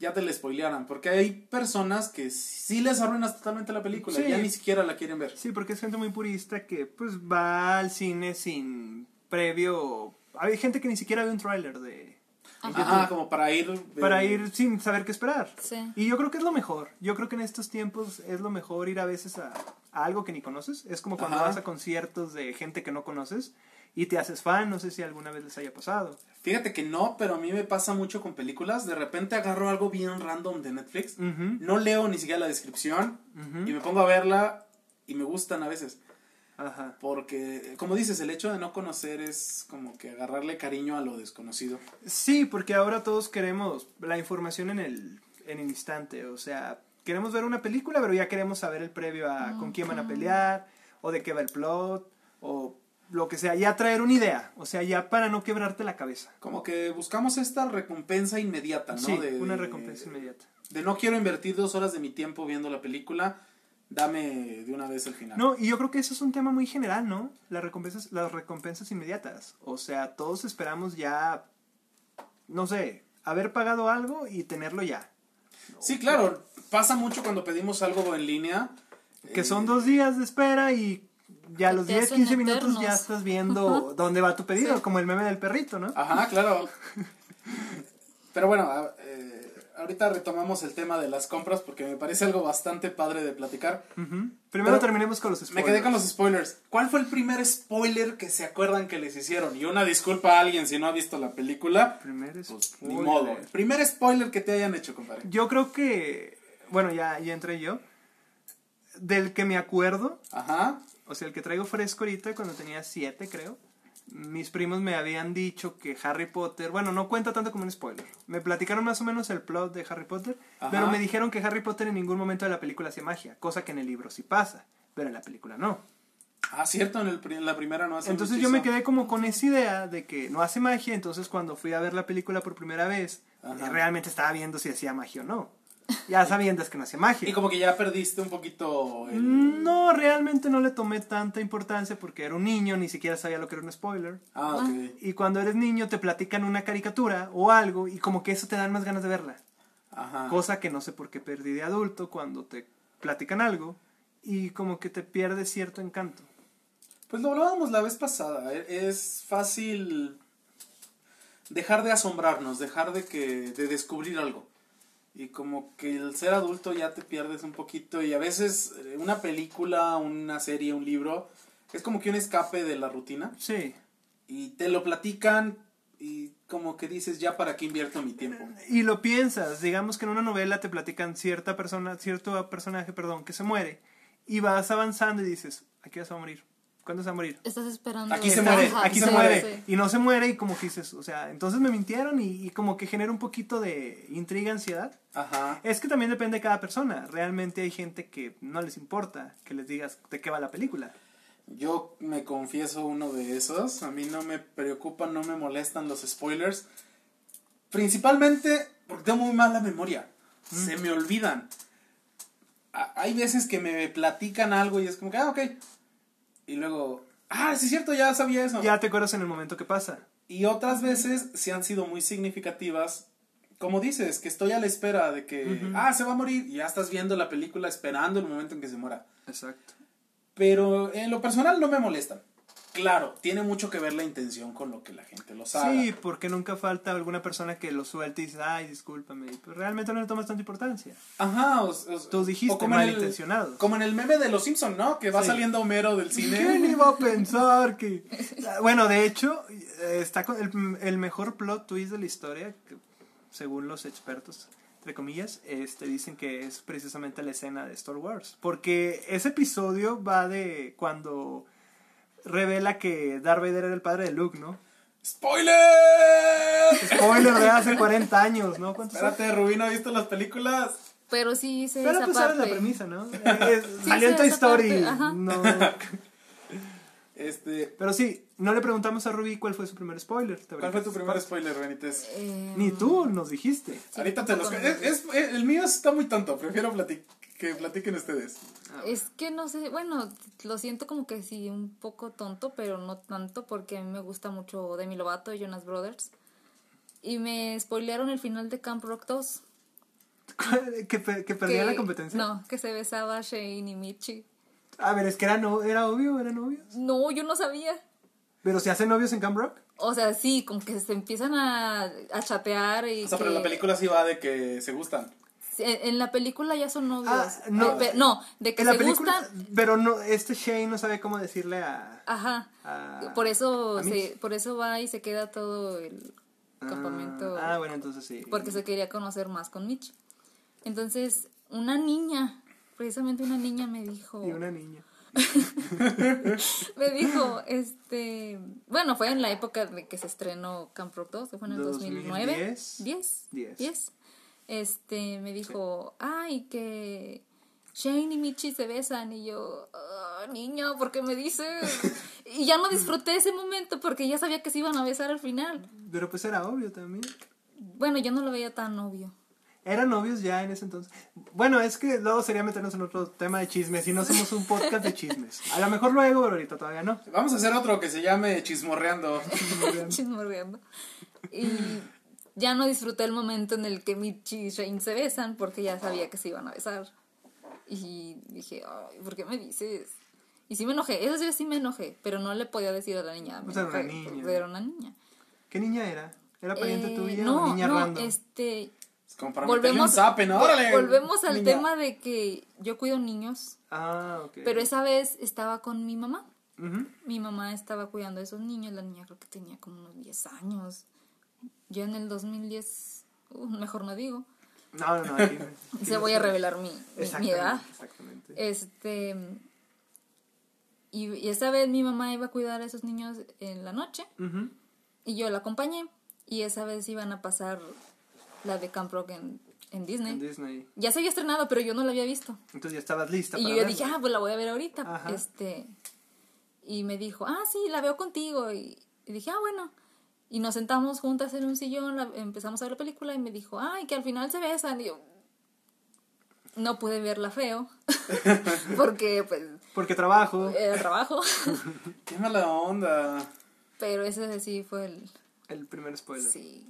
ya te la spoilearan, porque hay personas que sí les arruinas totalmente la película,
Sí.
ya ni siquiera la quieren ver.
Sí, porque es gente muy purista que pues va al cine sin previo... Hay gente que ni siquiera ve un tráiler de...
Ajá, como para ir... eh,
Para ir sin saber qué esperar.
Sí.
Y yo creo que es lo mejor. Yo creo que en estos tiempos es lo mejor ir a veces a, a algo que ni conoces. Es como cuando
Ajá.
vas a conciertos de gente que no conoces y te haces fan. No sé si alguna vez les haya pasado.
Fíjate que no, pero a mí me pasa mucho con películas. De repente agarro algo bien random de Netflix.
Ujú.
No leo ni siquiera la descripción. Y me pongo a verla y me gustan a veces.
Ajá.
Porque, como dices, el hecho de no conocer es como que agarrarle cariño a lo desconocido.
Sí, porque ahora todos queremos la información en el, en el instante. O sea, queremos ver una película, pero ya queremos saber el previo a con quién van a pelear, o de qué va el plot, o lo que sea. Ya traer una idea. O sea, ya para no quebrarte la cabeza.
Como que buscamos esta recompensa inmediata, ¿no?
sí,
De-
una
de-
recompensa inmediata.
De no quiero invertir dos horas de mi tiempo viendo la película, dame de una vez el final.
No, y yo creo que eso es un tema muy general, ¿no? Las recompensas, las recompensas inmediatas. O sea, todos esperamos ya, no sé, haber pagado algo y tenerlo ya.
Sí, claro, pasa mucho cuando pedimos algo en línea.
Que
Eh,
son dos días de espera y ya a los
Te
10,
hacen
15 minutos ya
eternos.
estás viendo dónde va tu pedido, como el meme del perrito, ¿no?
Ajá, claro. Pero bueno, a- eh, ahorita retomamos el tema de las compras porque me parece algo bastante padre de platicar.
Ujú. Primero
Pero-
terminemos con los
Me
spoilers.
quedé con los spoilers. ¿Cuál fue el primer spoiler que se acuerdan que les hicieron? Y una disculpa a alguien si no ha visto la película.
Primer
Pues, ni
spoiler.
modo. El primer spoiler que te hayan hecho, compadre.
Yo creo que, bueno, ya, ya entré yo. Del que me acuerdo,
Ajá.
o sea, el que traigo fresco ahorita, cuando tenía 7, creo, mis primos me habían dicho que Harry Potter, bueno, no cuenta tanto como un spoiler. Me platicaron más o menos el plot de Harry Potter,
Ajá.
pero me dijeron que Harry Potter en ningún momento de la película hace magia, cosa que en el libro sí pasa, pero en la película no.
Ah, cierto, en, el pri- en la primera no hace
Entonces
un
yo me
hechizo.
quedé como con esa idea de que no hace magia, entonces cuando fui a ver la película por primera vez,
Ajá.
eh, realmente estaba viendo si hacía magia o no. Ya sabiendas que no hacía magia.
Y como que ya perdiste un poquito
Mm.
el...
No, realmente no le tomé tanta importancia porque era un niño, ni siquiera sabía lo que era un spoiler.
Ah, ok.
Y cuando eres niño te platican una caricatura o algo y como que eso te dan más ganas de verla. Ah.
Ajá.
Cosa que no sé por qué perdí de adulto cuando te platican algo y como que te pierde cierto encanto.
Pues lo hablábamos la vez pasada. e- Es fácil dejar de asombrarnos, dejar de que de descubrir algo. Y como que el ser adulto ya te pierdes un poquito y a veces eh, una película, una serie, un libro es como que un escape de la rutina
Sí.
y te lo platican y como que dices ya para qué invierto mi tiempo.
Y lo piensas, digamos que en una novela te platican cierta persona, cierto personaje, perdón, que se muere y vas avanzando y dices, aquí vas a morir. ¿Cuándo vas a morir?
Estás esperando.
Aquí se
Ajá,
muere,
aquí
sí,
se muere.
sí.
Y no se muere y como que dices, o sea, entonces me mintieron y, y como que genera un poquito de intriga, ansiedad.
Ajá.
Es que también depende de cada persona. Realmente hay gente que no les importa que les digas de qué va la película.
Yo me confieso uno de esos. A mí no me preocupan, no me molestan los spoilers. Principalmente porque tengo muy mala memoria. Se me olvidan. A- hay veces que me platican algo y es como que, ah, ok. Y luego, ah, sí es cierto, ya sabía eso.
Ya te acuerdas en el momento que pasa.
Y otras veces sí han sido muy significativas. Como dices, que estoy a la espera de que, ah, se va a morir. Y ya estás viendo la película esperando el momento en que se muera.
Exacto.
Pero en lo personal no me molestan. Claro, tiene mucho que ver la intención con lo que la gente lo sabe.
Sí, porque nunca falta alguna persona que lo suelte y dice, ay, discúlpame. Pero realmente no le tomas tanta importancia.
Ajá, o, o-
Tú dijiste
o en el-
malintencionados.
como en el meme de los Simpson, ¿no? Que va
Sí.
saliendo Homero del
¿Quién
cine.
iba a pensar que.? Bueno, de hecho, eh, está con el, el mejor plot twist de la historia, que, según los expertos, entre comillas, este, dicen que es precisamente la escena de Star Wars. Porque ese episodio va de cuando revela que Darth Vader era el padre de Luke, ¿no?
¡Spoiler!
<laughs> Spoiler de hace 40 años, ¿no? ¿Cuántos
Espérate, Rubí, ¿no ha visto las películas?
Pero sí hice
Pero
esa
pues sabes
parte.
la premisa, ¿no? Es-
Sí,
salió en
sí,
Toy
esa
Story.
parte, ajá.
No.
Este,
Pero sí, no le preguntamos a Rubí cuál fue su primer spoiler. ¿te
¿Cuál fue tu
brincas?
primer spoiler, Benítez?
Eh,
Ni tú nos dijiste. <laughs>
Ahorita te los... es- es- eh, el mío está muy tonto, prefiero platic- que platiquen ustedes.
Ah,
Es que no sé, bueno, lo siento como que sí, un poco tonto, pero no tanto porque a mí me gusta mucho Demi Lovato y Jonas Brothers. Y me spoilearon el final de Camp Rock 2.
Que, pe- que perdía
que-
la competencia.
No, que se besaba Shane y Michi.
A ver, es que era, no, era obvio, eran novios.
No, yo no sabía.
Pero se hacen novios en Camp Rock.
O sea, sí, como que se empiezan a, a chatear y...
O sea, pero
que-
la película sí va de que se gustan.
Sí, En, en la película ya son novios.
Ah, no.
Eh, pe- no, de que
En la
se
película.
gustan.
Pero no, este Shane no sabe cómo decirle a.
Ajá.
a-
por eso
Ah, a Mitch.
se, por eso va y se queda todo el campamento.
Ah, bueno, entonces sí.
Porque se quería conocer más con Mitch. Entonces, una niña, precisamente una niña me dijo,
Y una niña.
me dijo, este, bueno, fue en la época de que se estrenó Camp Rock 2, que fue en el 2009.
2010.
10.
Diez.
10. Este, me dijo, ay, que Shane y Michi se besan. Y yo, "Ah, niña, ¿por qué me
<laughs>
dices? y ya no disfruté ese momento porque ya sabía que se iban a besar al final.
Pero pues era obvio también.
Bueno, yo no lo veía tan obvio.
Eran novios ya en ese entonces. Bueno, es que luego sería meternos en otro tema de chismes y no somos un podcast de chismes. A lo mejor luego, pero ahorita todavía no.
Vamos a hacer otro que se llame Chismorreando.
Chismorreando. Y ya no disfruté el momento en el que Michi y Shane se besan porque ya sabía que se iban a besar. Y dije, ay, ¿por qué me dices? Y sí me enojé, eso sí, sí me enojé, pero no le podía decir a la niña. me
O sea, era una
enojé,
niña.
porque Era una niña.
¿Qué niña era? ¿Era pariente
Eh,
tuya
no,
o niña
no,
random?
este,
Es como para meterle un
volvemos,
zape, ¿no? ¡Órale!
volvemos al
niña!
tema de que yo cuido niños,
Ah, ok.
pero esa vez estaba con mi mamá.
Ujú.
Mi mamá estaba cuidando a esos niños, la niña creo que tenía como unos 10 años. Yo en el 2010, uh, mejor no digo,
No, no, no. aquí-
<laughs> se voy a revelar mi, mi- mi
Exactamente,
edad.
Exactamente.
Este. Y, y esa vez mi mamá iba a cuidar a esos niños en la noche
Ujú.
y yo la acompañé. Y esa vez iban a pasar la de Camp Rock en, en Disney.
En Disney.
Ya se había estrenado, pero yo no la había visto.
Entonces ya estabas lista
Y
para
yo
verla.
dije, ah, pues la voy a ver ahorita.
Ajá.
Este. Y me dijo, ah, sí, la veo contigo. Y, y dije, ah, bueno. Y nos sentamos juntas en un sillón, la- empezamos a ver la película y me dijo, ay, que al final se besan. Y yo, no pude verla feo. <laughs> porque, pues,
Porque trabajo.
era trabajo. <laughs>
¡Qué mala onda!
Pero ese sí fue el.
El primer spoiler.
Sí.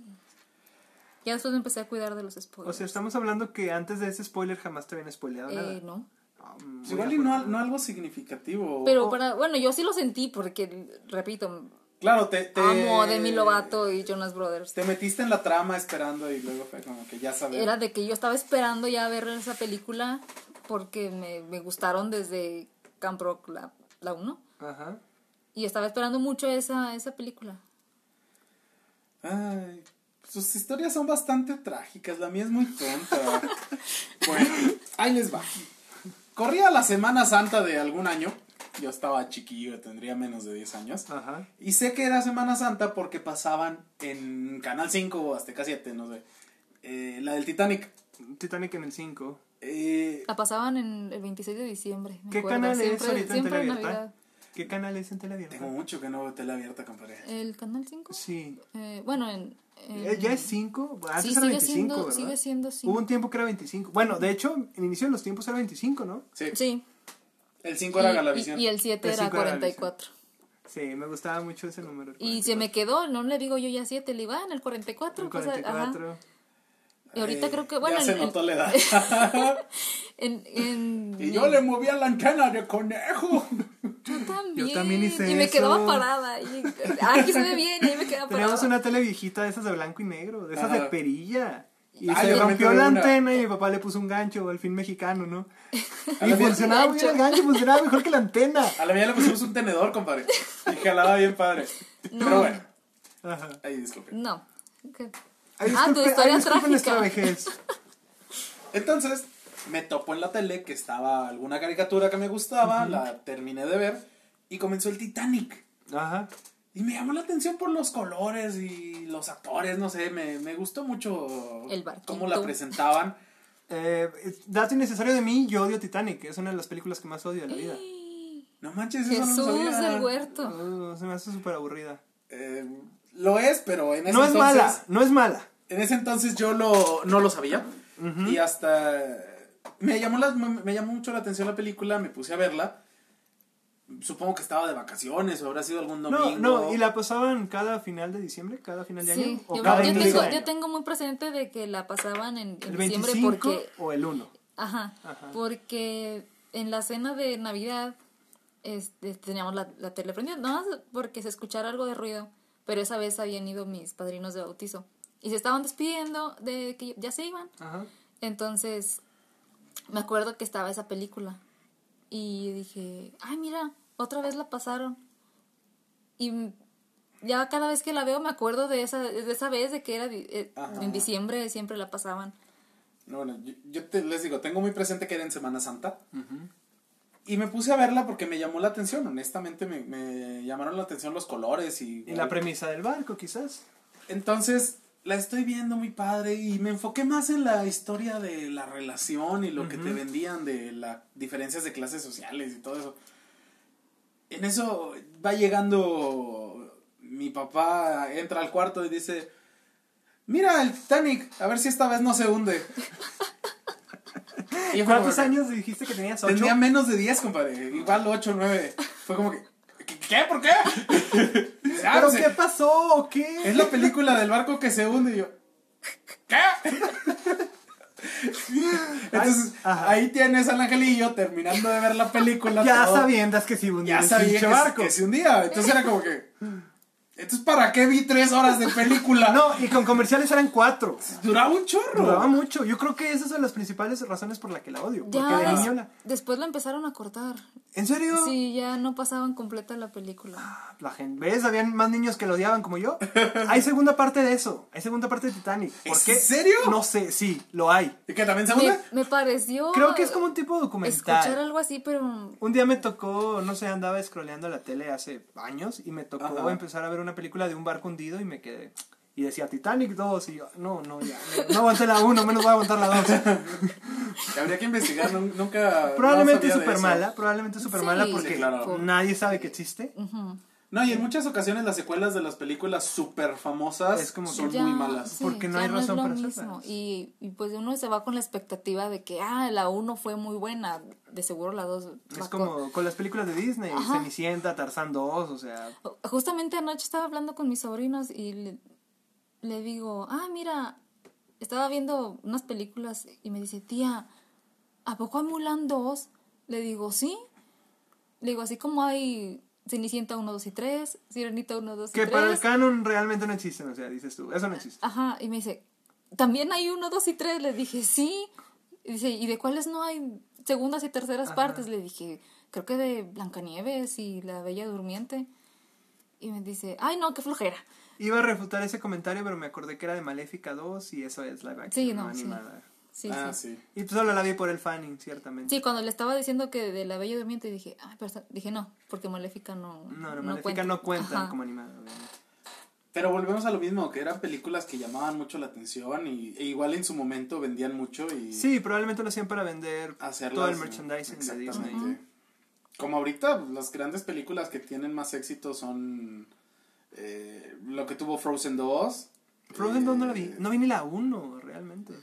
Ya después me empecé a cuidar de los
O
spoilers.
sea, estamos hablando que antes de ese spoiler jamás te habían spoileado
pues. Eh,
nada.
no.
Ah, muy
Pues igual y no,
afortunado.
no algo significativo. Oh,
Pero para. Bueno, yo sí lo sentí porque, repito,
claro, te,
Este,
te...
amo a Demi Lovato y Jonas Brothers.
Te metiste en la trama esperando y luego fue como que ya sabes.
Era de que yo estaba esperando ya ver esa película porque me, me gustaron desde Camp Rock la, la 1.
Ajá.
Y estaba esperando mucho esa, esa película.
Ay, sus historias son bastante trágicas, la mía es muy
<laughs>
tonta. bueno, ahí les va. Corría la Semana Santa de algún año. Yo estaba chiquillo, tendría menos de 10 años.
Ajá.
Y sé que era Semana Santa porque pasaban en Canal 5 o Azteca 7, no sé. eh, la del Titanic.
Titanic en el 5.
Eh,
La pasaban en el 26 de diciembre. me
¿Qué
acuerdo,
canal es
siempre,
ahorita en
siempre en
teleabierta?
Navidad.
¿Qué canal es en Teleabierta?
tengo mucho que no veo tele abierta, compadre.
¿El canal 5?
Sí.
Eh, bueno, en. en-
Eh, ¿Ya es 5? Antes
Sí,
era
sigue
25,
siendo,
¿verdad?
sigue siendo
Hubo
5.
un tiempo que era 25. Bueno, de hecho, en inicio de los tiempos era 25, ¿no?
Sí,
Sí.
el
Y,
5 era
y-
Galavisión.
y el 7
El
era
cinco era Galavisión.
44.
Sí, me gustaba mucho ese número. el
Y se
44.
me quedó, no le digo yo ya 7, le iba en el 44.
El
pues, ajá.
44.
Y ahorita
Ay,
creo que, bueno,
Eh, Ya se
en- en-
notó la edad.
<laughs> En, en,
Y yo le movía la antena de conejo.
yo también.
Yo también hice
Y me
eso.
quedaba parada. Y, ah, aquí se ve bien, y ahí me
<laughs>
quedaba parada.
Teníamos una tele viejita de esas de blanco y negro, de esas de
Ajá.
perilla. Y
Ah, yo
se
también
rompió
tuve
la
una.
antena y mi papá le puso un gancho, al fin mexicano,
<laughs>
¿no?
A
Y
la, mía,
funcionaba muy bien el gancho, funcionaba mejor que la antena.
a la mía le pusimos un tenedor, compadre. Y jalaba bien padre. Pero bueno,
Ajá.
ahí disculpen.
No. ¿Qué?
Ay,
Ah, tu
disculpe-
historia
ay, disculpe nuestra
trágica.
vejez.
Entonces, me topo en la tele que estaba alguna caricatura que me gustaba, la terminé de ver y comenzó el Titanic.
Ajá.
Y me llamó la atención por los colores y los actores, no sé, me, me gustó mucho
El barquito.
cómo la presentaban.
Eh, es- dato innecesario de mí, yo odio Titanic, es una de las películas que más odio de la vida.
No manches, eso no lo
Jesús
sabía.
del huerto.
Uh, se me hace súper aburrida.
Eh, lo es, pero en ese
No es
entonces...
mala, no es mala.
En ese entonces yo lo, no lo sabía. Y hasta. eh, Me llamó, la- me me llamó mucho la atención la película, me puse a verla. Supongo que estaba de vacaciones o habrá sido algún
No,
domingo.
no, y la pasaban cada final de diciembre, cada final de año.
Sí,
o
yo,
cada
yo
inicio
tengo,
de año.
yo tengo muy presente de que la pasaban en, en
el
diciembre
25
porque
o el 1.
Ajá,
Ajá.
porque en la cena de Navidad este, teníamos la, la tele prendida, nada más porque se escuchara algo de ruido, pero esa vez habían ido mis padrinos de bautizo y se estaban despidiendo de que ya se iban.
Ajá.
Entonces, me acuerdo que estaba esa película y dije, ay, mira, otra vez la pasaron. Y m- ya cada vez que la veo me acuerdo de esa, de esa vez de que era di- eh,
Ajá.
en diciembre, siempre la pasaban.
No, bueno, yo, yo te- les digo, tengo muy presente que era en Semana Santa. Y me puse a verla porque me llamó la atención. Honestamente, me, me llamaron la atención los colores y.
Y la premisa del barco, quizás.
Entonces, la estoy viendo muy padre y me enfoqué más en la historia de la relación y lo que te vendían de las diferencias de clases sociales y todo eso. En eso va llegando mi papá, entra al cuarto y dice, mira el Titanic, a ver si esta vez no se
<laughs>
hunde. Y yo como
¿Cuántos
que-
años dijiste que tenías? ¿Ocho?
Tenía menos de 10, compadre, igual 8 o 9. Fue como que, "¿Qué- ¿qué? ¿Por
<laughs>
qué? Ah,
¿Pero
se-
qué pasó? ¿O qué?
es la <laughs> película del barco que se hunde y yo. ¿Qué? Entonces,
ajá.
ahí tienes al angelillo terminando de ver la película.
Ya
todo.
sabiendas que si hundía
Ya
el
sabía
pinche
que,
barco.
que se hundía. Entonces era como que. Entonces, ¿para qué vi tres horas de película?
No, y con comerciales eran cuatro.
duraba un chorro.
Duraba mucho. Yo creo que esa es de las principales razones por la que la odio. Porque
Ya,
de
des-
niño la-
después lo empezaron a cortar.
¿En serio?
Sí, ya no pasaban completa la película.
La gente, ¿ves? Habían más niños que lo odiaban
<laughs>
como yo. Hay segunda parte de eso. Hay segunda parte de Titanic. ¿Por
¿Es
qué?
en serio?
No sé, sí, lo hay.
¿Y qué también segunda?
Me, me pareció.
Creo que es como un tipo documental.
Escuchar algo así, pero.
Un día me tocó, no sé, andaba scrolleando la tele hace años y me tocó
Ajá.
empezar a ver una película de un barco hundido y me quedé. Y decía Titanic 2 y yo, no, no, ya, no, no aguanté la 1, menos voy a
<laughs>
aguantar la 2.
Habría que investigar, nun- nunca.
Probablemente
no sabía de
súper
eso.
mala, probablemente súper
Sí.
mala
Sí, Mm,
porque
claro.
nadie sabe que existe.
No, y en muchas ocasiones las secuelas de las películas súper famosas
Es como que-
son
ya,
muy malas.
sí,
Porque no
ya
hay razón
es lo
para
mismo.
hacerlas.
Y, y pues uno se va con la expectativa de que, ah, la uno fue muy buena. De seguro la dos. va
Es
a
como con las películas de Disney, Cenicienta, Tarzán 2, o sea,
Justamente anoche estaba hablando con mis sobrinos y le, le digo, ah, mira, estaba viendo unas películas y me dice, tía, ¿a poco hay Mulan 2? Le digo, sí. Le digo, así como hay Cenicienta 1, 2 y 3, Sirenita 1, 2 y 3.
que para el canon realmente no existen, o sea, dices tú, eso no existe.
Ajá, y me dice, ¿también hay 1, 2 y 3? Le dije, sí. Y dice, ¿y de cuáles no hay segundas y terceras partes? Le dije, creo que de Blancanieves y La Bella Durmiente. Y me dice, ay, no, qué flojera.
Iba a refutar ese comentario, pero me acordé que era de Maléfica 2 y eso es live action,
Sí,
no,
no, sí.
animada.
Sí,
ah,
sí.
sí.
Y pues solo la vi por el fanning, ciertamente.
Sí, cuando le estaba diciendo que de la Bella Durmiente dije, ay, pero está- dije no, porque Maléfica no.
No, no, Maléfica no cuentan
Ajá.
como animada, obviamente.
Pero volvemos a lo mismo, que eran películas que llamaban mucho la atención y e igual en su momento vendían mucho y
Sí, probablemente lo hacían para vender
hacerlas.
todo el merchandising de
Exactamente.
Disney.
Como ahorita, pues, las grandes películas que tienen más éxito son eh, lo que tuvo Frozen 2.
Frozen 2 no la vi,
Eh,
no vi ni la 1 realmente.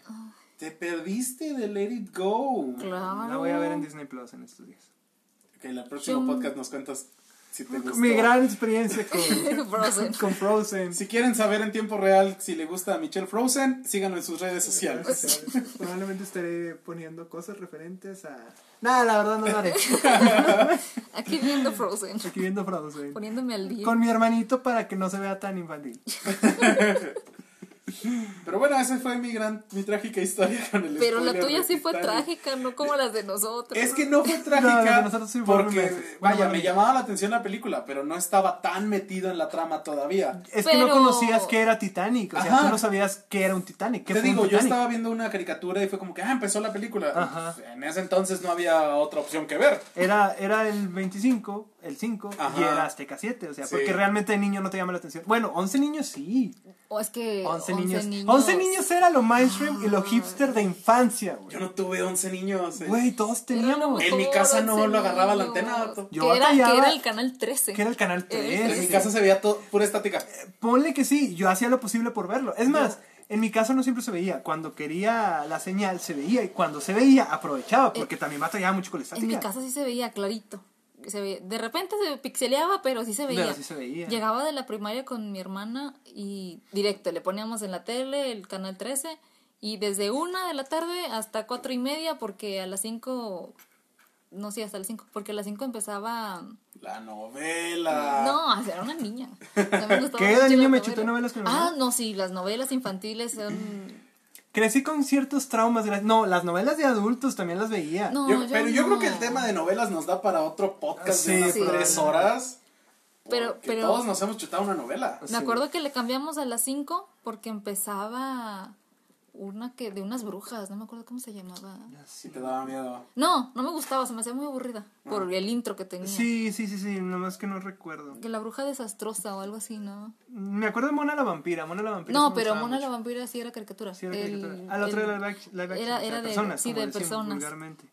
Te perdiste de Let It Go.
Claro.
La voy a ver en Disney Plus en estos días.
Que en el próximo
Sí.
podcast nos cuentas si te gustó.
Mi gran experiencia con,
<laughs> Frozen.
con Frozen.
Si quieren saber en tiempo real si le gusta a Michelle Frozen, síganlo en sus redes
Pues
sociales.
Probablemente estaré poniendo cosas referentes a... Nada, la verdad no
<laughs>
lo haré.
Aquí viendo
<laughs>
Frozen,
Aquí viendo Frozen.
poniéndome al día.
Con mi hermanito para que no se vea tan infantil.
Pero bueno, esa fue mi gran, mi trágica historia con el
Pero la
spoiler
tuya
de
sí fue
Titanic.
trágica, no como las de nosotros.
Es que no fue
No, la
trágica
de nosotros sí fue
porque,
meses. Bueno,
vaya,
bueno,
me
ya.
llamaba la atención la película, pero no estaba tan metido en la trama todavía.
Es que no
Pero-
conocías que era Titanic. O sea,
Ajá.
tú no sabías que era un Titanic. ¿Qué
Te
fue
digo,
un
yo
Titanic?
estaba viendo una caricatura y fue como que, ah, empezó la película. Pues,
Ajá.
En ese entonces no había otra opción que ver.
Era, era el 25, el 5,
Ajá.
y era Azteca 7. O sea,
Sí.
porque realmente de niño no te llama la atención. Bueno, 11 niños sí.
O es que
11, niños. 11 niños era lo mainstream
Ah.
y lo hipster de infancia, güey.
Yo no tuve 11 niños. eh.
Güey, todos teníamos.
En mi casa no lo agarraba la antena, vato.
Yo
Yo que, era, que
batallaba-
era el canal 13.
Que era el canal
Era el
3.
en mi casa se veía todo, pura estática.
Ponle que sí, yo hacía lo posible por verlo. Es más, en mi caso no siempre se veía. Cuando quería la señal, se veía. Y cuando se veía, aprovechaba. Porque también batallaba mucho con la
Eh, En
estática.
mi casa sí se veía clarito. Se veía- De repente se pixeleaba, pero sí se veía.
Pero sí se veía.
Llegaba de la primaria con mi hermana y directo, le poníamos en la tele el canal 13 y desde una de la tarde hasta cuatro y media porque a las cinco, no sé, hasta las cinco, porque a las cinco empezaba...
La novela.
No, o sea, era una niña. Ya
<laughs>
me gustaba
Ah. ¿Qué? ¿De
mucho
niño
la
me
novela.
chuté novelas con mi
Ah,
mamá?
no, sí, las novelas infantiles son...
Crecí con ciertos traumas. de la- No, las novelas de adultos también las veía.
No,
Yo- pero yo creo
no.
que el tema de novelas nos da para otro podcast
Sí,
de unas
sí.
tres horas.
Pero,
porque
pero...
Todos nos hemos chutado una novela.
Me acuerdo que le cambiamos a las 5 porque empezaba una que de unas brujas, no me acuerdo cómo se llamaba.
Si te daba miedo.
No, no me gustaba, se me hacía muy aburrida por el intro que tenía.
Ah. Sí, sí, sí, sí. Nomás que no recuerdo.
Que la bruja desastrosa o algo así, ¿no? Me
Me acuerdo de Mona la vampira. Mona la vampira. sí
No,
me
pero
gustaba
Mona
mucho.
la vampira sí era caricatura.
Sí, era
El-
caricatura. Ah, la otra
el-
era live ac- live action,
Era,
o sea,
era de,
personas,
sí,
como
de
decimos
personas.
vulgarmente.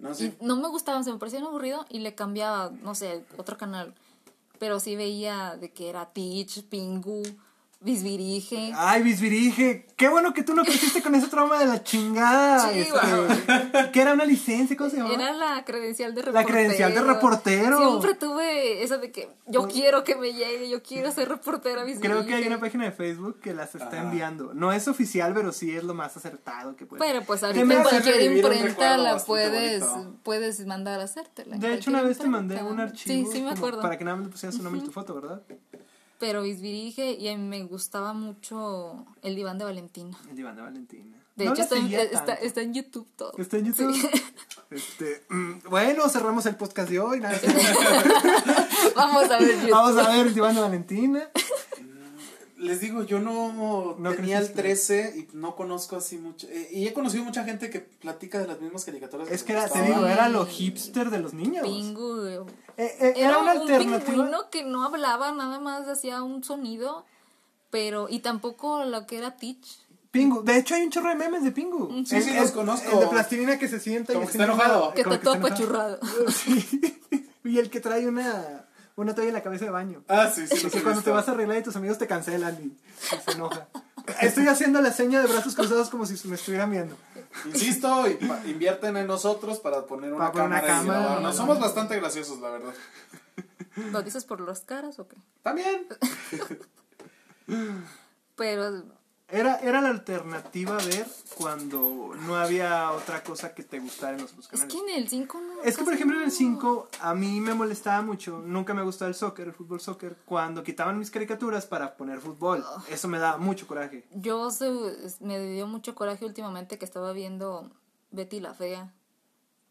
No sé.
Y no me gustaban, se me parecían aburrido y le cambiaba, no sé, otro canal. Pero sí veía de que era Teach, Pingu, bisbirige.
Ay, bisbirige, qué bueno que tú no creciste con ese trauma de la chingada.
Sí,
este,
guau.
que era una licencia, ¿cómo se llamaba?
Era la credencial de
La
reportero.
credencial de reportero.
Siempre tuve eso de que yo quiero que me llegue, yo quiero ser reportera bisbirige.
Creo que hay una página de Facebook que las está
Ajá.
enviando. No es oficial, pero sí es lo más acertado que puede.
Pero pues
Que me
ahorita en
hace
cualquier
revivir un
imprenta
recuerdo
la
bastante
puedes,
bonito.
puedes mandar a hacértela. en
De hecho, una
cualquier
vez te mandé
imprenta.
un archivo.
Sí, sí me
como
acuerdo.
Para que nada más le pusieras tu nombre y tu foto, ¿verdad?
Pero bisbirige y a mí me gustaba mucho el diván de Valentina.
El diván de Valentina.
De
No
hecho,
la
está en,
seguía
está,
tanto.
está en YouTube todo.
Está en YouTube. <laughs> Este, mm, bueno, cerramos el podcast de hoy. nada.
<laughs> Vamos <laughs> a ver YouTube.
Vamos a ver el diván de Valentina.
Les digo, yo no,
No
tenía el
creciste.
13 y no conozco así mucho. eh, y he conocido mucha gente que platica de las mismas caricaturas.
Es
les
que era, te
gustaban.
digo, era lo hipster de los niños.
Pingu.
Eh, eh, era,
Era
una
un
alternativa.
pingüino que no hablaba, nada más hacía un sonido. Pero, y tampoco lo que era Teach.
Pingu. De hecho, hay un chorro de memes de Pingu.
Sí,
El-
sí,
el-
los conozco.
El de plastilina que se sienta
Como
y
que está enojado.
Que
Como
está todo
está enojado.
apachurrado. <laughs>
<laughs> Sí. Y el que trae una, una toalla en la cabeza de baño.
Ah,
<laughs>
sí, sí.
Y
los
que
he
cuando te
visto.
vas a arreglar y tus amigos te cancelan y, y se enoja. Estoy haciendo la seña de brazos cruzados como si me estuvieran viendo.
Insisto, y pa- invierten en nosotros para poner una
Para poner una
cámara. y
cámara,
grabarnos.
no,
Somos
no.
bastante graciosos, la verdad.
¿Lo dices por las caras o qué?
También.
Pero
Era, era la alternativa a ver cuando no había otra cosa que te gustara en los otros
es
canales.
que en el 5 no.
Es que, por
casi
ejemplo, en el
no.
5 a mí me molestaba mucho, nunca me gustaba el soccer, el fútbol soccer, cuando quitaban mis caricaturas para poner fútbol. Eso me daba mucho coraje.
Yo se- me dio mucho coraje últimamente que estaba viendo Betty la Fea.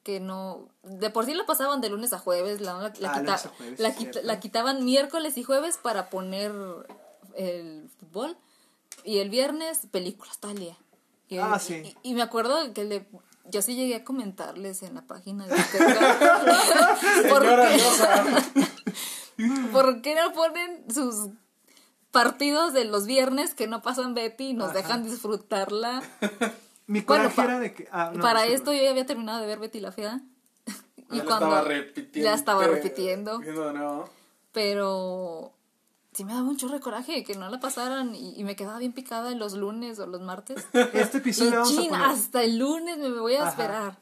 Que no. De por sí la pasaban de lunes a jueves. La, la, la
Ah,
quita-
lunes a jueves,
la
es
quita-
cierto.
la quitaban miércoles y jueves para poner el fútbol. Y el viernes, películas todo el día. Y,
Ah,
y-
sí.
y, y me acuerdo que le. Yo sí llegué a comentarles en la
<laughs>
página de Porque
Señora Diosa.
<laughs> ¿Por qué no ponen sus partidos de los viernes que no pasan Betty y nos dejan disfrutarla?
Mi
Bueno,
coraje
pa-
era de que... <laughs> ah, no, Ah,
Para
disculpa.
esto yo ya había terminado de ver Betty la Fea. <laughs>
Ya la estaba repitiendo.
Ya estaba
eh,
repitiendo.
viendo de nuevo.
Pero sí me daba un chorro de coraje que no la pasaran y, y me quedaba bien picada en los lunes o los martes.
<laughs> Este
Y
episodio le vamos
chin,
a poner...
hasta el lunes me voy a
Ajá.
esperar.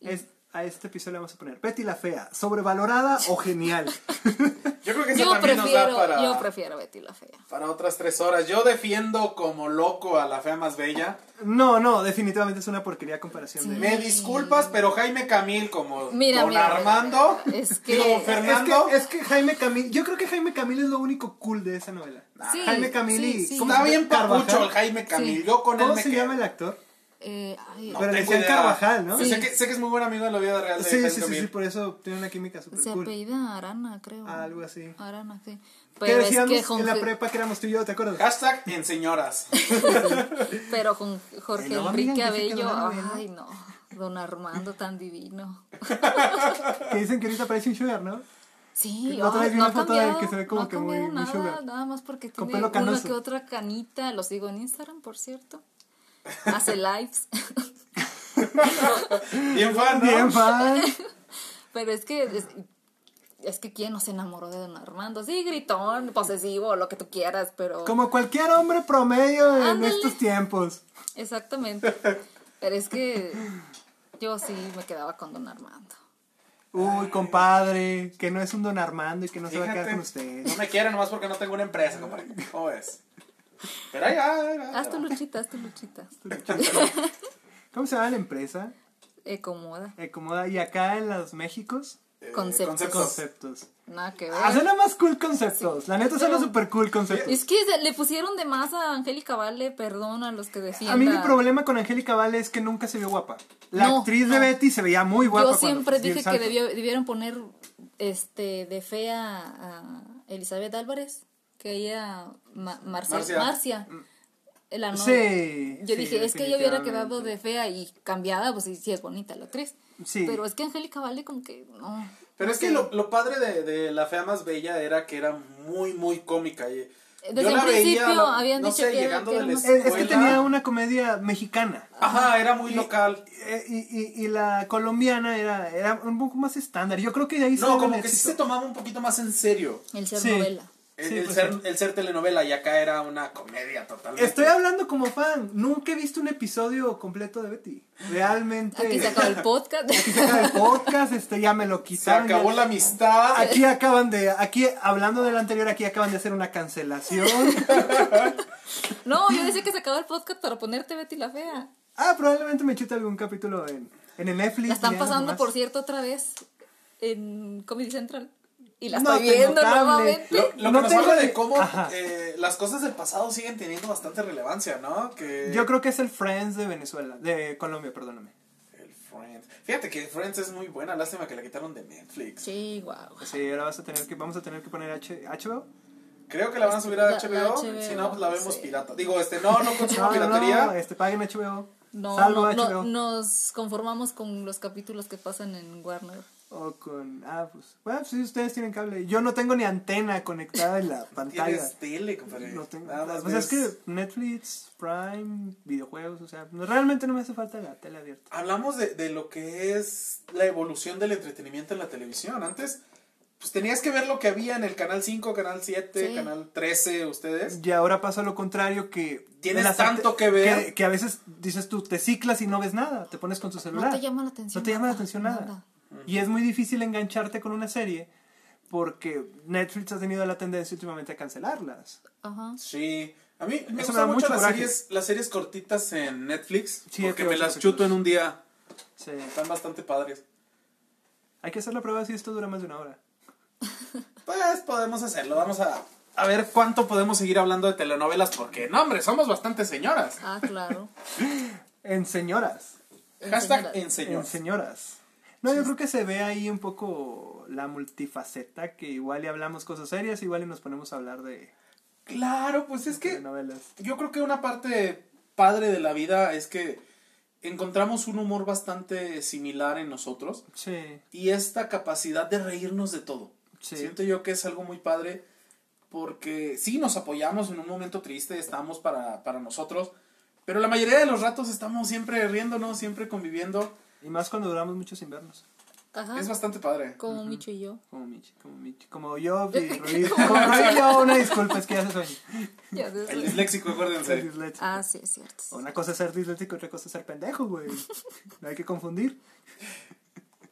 es- a este episodio le vamos a poner Betty la Fea, sobrevalorada o genial. <laughs>
Yo creo que eso
Yo
también
prefiero,
nos da para,
yo prefiero Betty la Fea.
para otras tres horas. Yo defiendo como loco a la fea más bella.
No, no, definitivamente es una porquería comparación de...
Me disculpas, pero Jaime Camil como
Mira,
Don
mira, mira,
Armando.
mira, es que-
digo,
Es que-
Es que,
Fernando.
es que Jaime Camil, yo creo que Jaime Camil es lo único cool de esa novela.
Sí,
Jaime Camil
sí,
y-
sí.
¿cómo
Está
se-
bien papucho el
Carvajal?
Jaime Camil.
Sí.
Yo con él
¿Cómo
me
se
quedo.
llama el actor?
Eh, ay,
No
Pero
tengo
decían
idea.
Carvajal, ¿no?
Yo Sé, que, sé que es muy buen amigo de la vida real de
Sí,
Jaime
sí, sí,
Camil.
sí, por eso tiene una química super
se
cool.
apellida Arana, creo.
Algo así.
Arana, sí.
¿Qué
Pero es
decíamos
que
en la
Jorge-
prepa que éramos tú y yo, te acuerdas?
Hashtag en
<laughs>
señoras.
<laughs> Pero con Jorge
Eh, no,
Enrique
amiga, que sí que
Abello,
don Armando.
ay no, don Armando tan divino. <laughs> Ah.
Que dicen que ahorita parece un sugar, ¿no?
Sí,
La otra
ay,
vez vi
no
una
ha
foto de él
cambiado,
que se ve como
no ha
que muy- muy
cambiado nada,
sugar.
nada más porque
Con
tiene
pelo
una
canoso.
que otra canita, lo sigo en Instagram, por cierto.
<laughs>
Hace lives. <laughs>
Bien
Ah,
fan, ¿no?
Bien,
<laughs>
fan.
Pero es que es, es que quién no se enamoró de don Armando, sí, gritón, posesivo, lo que tú quieras, pero
Como cualquier hombre promedio en
Ándale.
estos tiempos.
exactamente. Pero es que yo sí me quedaba con don Armando.
Uy, compadre, que no es un don Armando y que no se va a
Fíjate,
quedar con usted.
No me quieren nomás porque no tengo una empresa, compadre. ¿Cómo
<laughs>
es? Pero ahí va, ahí va, ahí va.
Haz tu luchita, haz tu luchita. <laughs>
¿Cómo se llama la empresa?
Eh, comoda.
Eh, como- y acá en los Méxicos,
Eh,
Conceptos.
conceptos.
Nada que ver.
Ah, suena más cool conceptos. La neta suena
Pero-
super cool conceptos.
Es que se- le pusieron de más a Angélica Vale, perdón a los que decían.
A mí mi problema con Angélica Vale es que nunca se vio guapa. La
No,
actriz de
no.
Betty se veía muy guapa.
Yo
cuando
siempre
dio el
dije que
salto.
debió- debieron poner este de fea a Elizabeth Álvarez, que ella Ma- Marce-
Marcia.
Marcia. la no-
Mm. Sí,
Yo
sí,
dije, es que ella hubiera
definitivamente.
quedado de fea y cambiada, pues sí, sí es bonita la actriz.
Sí.
Pero es que Angélica Vale como que no.
Pero es que lo, lo padre de, de La Fea Más Bella era que era muy, muy cómica. y-
Desde
yo
el
la veía,
principio
no-
habían
no
dicho
sé,
que era-
llegando
que
de
era
la
más-
Es, es que
escuela.
tenía una comedia mexicana.
Ajá, era muy local.
Eh, Y, y- y la colombiana era, era un poco más estándar. Yo creo que de ahí
No,
salió
como
el
que sí
éxito.
se tomaba un poquito más en serio.
El ser
Sí.
novela.
El,
Sí,
el
pues,
ser,
sí.
el ser telenovela y acá era una comedia totalmente.
Estoy hablando como fan. Nunca he visto un episodio completo de Betty. Realmente.
Aquí se acaba el podcast.
<laughs> Aquí se acaba el podcast. Este ya me lo
Se
quitaron.
acabó
ya-
la amistad.
Aquí acaban de. Aquí, hablando del anterior, aquí acaban de hacer una
<laughs>
cancelación.
<laughs> No, yo decía que se acaba el podcast para ponerte Betty la fea.
Ah, probablemente me chute algún capítulo en, en el Netflix.
La están
ya
pasando,
nomás.
por cierto, otra vez en Comedy Central. Y la
No
estoy
tengo
viendo
cable.
nuevamente.
Lo, lo que
No
nos
tengo
habla
ni-
de cómo
Ajá.
eh, las cosas del pasado siguen teniendo bastante relevancia, ¿no? Que
Yo creo que es el Friends de Venezuela. De Colombia, perdóname.
El Friends. Fíjate que Friends es muy buena, lástima que la quitaron de Netflix.
Sí, wow.
Sí, ahora vas a tener que, vamos a tener que poner H, HBO.
Creo que la van a subir a
La-
HBO,
la HBO,
si no, pues la vemos
sí.
pirata. Digo, este, no, no consumo
<laughs> No, no,
piratería.
no, este, paguen HBO.
No,
Salvo
no, no,
HBO.
nos conformamos con los capítulos que pasan en Warner.
O con. Ah, pues. Bueno, pues sí, ustedes tienen cable. Yo no tengo ni antena conectada
<laughs>
en la pantalla.
Tienes tele, compadre.
No tengo.
Nada más
o sea, es
ves-
que Netflix, Prime, videojuegos, o sea, no- realmente no me hace falta la tele abierta.
Hablamos de, de lo que es la evolución del entretenimiento en la televisión. Antes, pues tenías que ver lo que había en el canal 5, canal 7,
Sí.
canal 13, ustedes.
Y ahora pasa lo contrario que...
Tienes
de las
tanto
ante-
que ver.
Que, que a veces dices tú, te ciclas y no ves nada, te pones con tu celular.
No te llama la atención.
No te llama la atención nada. Y es muy difícil engancharte con una serie porque Netflix ha tenido la tendencia últimamente a cancelarlas.
Ajá.
Sí. A mí me
Eso me da
gustan mucho,
mucho
las,
coraje.
series, las series cortitas en Netflix.
Sí,
porque
creo
me
que
las
sí.
chuto en un día.
Sí.
Están bastante padres.
Hay que hacer la prueba si esto dura más de una hora.
Pues podemos hacerlo. Vamos a, a ver cuánto podemos seguir hablando de telenovelas. Porque, no, hombre, somos bastante señoras.
Ah, claro.
En señoras.
Hashtag en
Enseñadas.
señor.
En señoras. No, yo creo que se ve ahí un poco la multifaceta, que igual y hablamos cosas serias, igual y nos ponemos a hablar de,
Claro, pues es
de
que
novelas.
yo creo que una parte padre de la vida es que encontramos un humor bastante similar en nosotros
Sí,
y esta capacidad de reírnos de todo.
Sí.
Siento yo que es algo muy padre porque sí nos apoyamos en un momento triste, estamos para, para nosotros, pero la mayoría de los ratos estamos siempre riéndonos, siempre conviviendo.
y más cuando duramos muchos invernos.
Ajá.
Es bastante padre.
Como Micho y yo.
Como Michi, como Michi, como
<laughs>
yo, y Ruiz. Como Ruiz, yo, una disculpa, es que ya se sueño.
Ya sé.
El disléxico,
Soy
acuérdense.
disléxico.
Ah, sí, es cierto.
Una cosa es ser disléxico, otra cosa es ser pendejo, güey. No hay que confundir.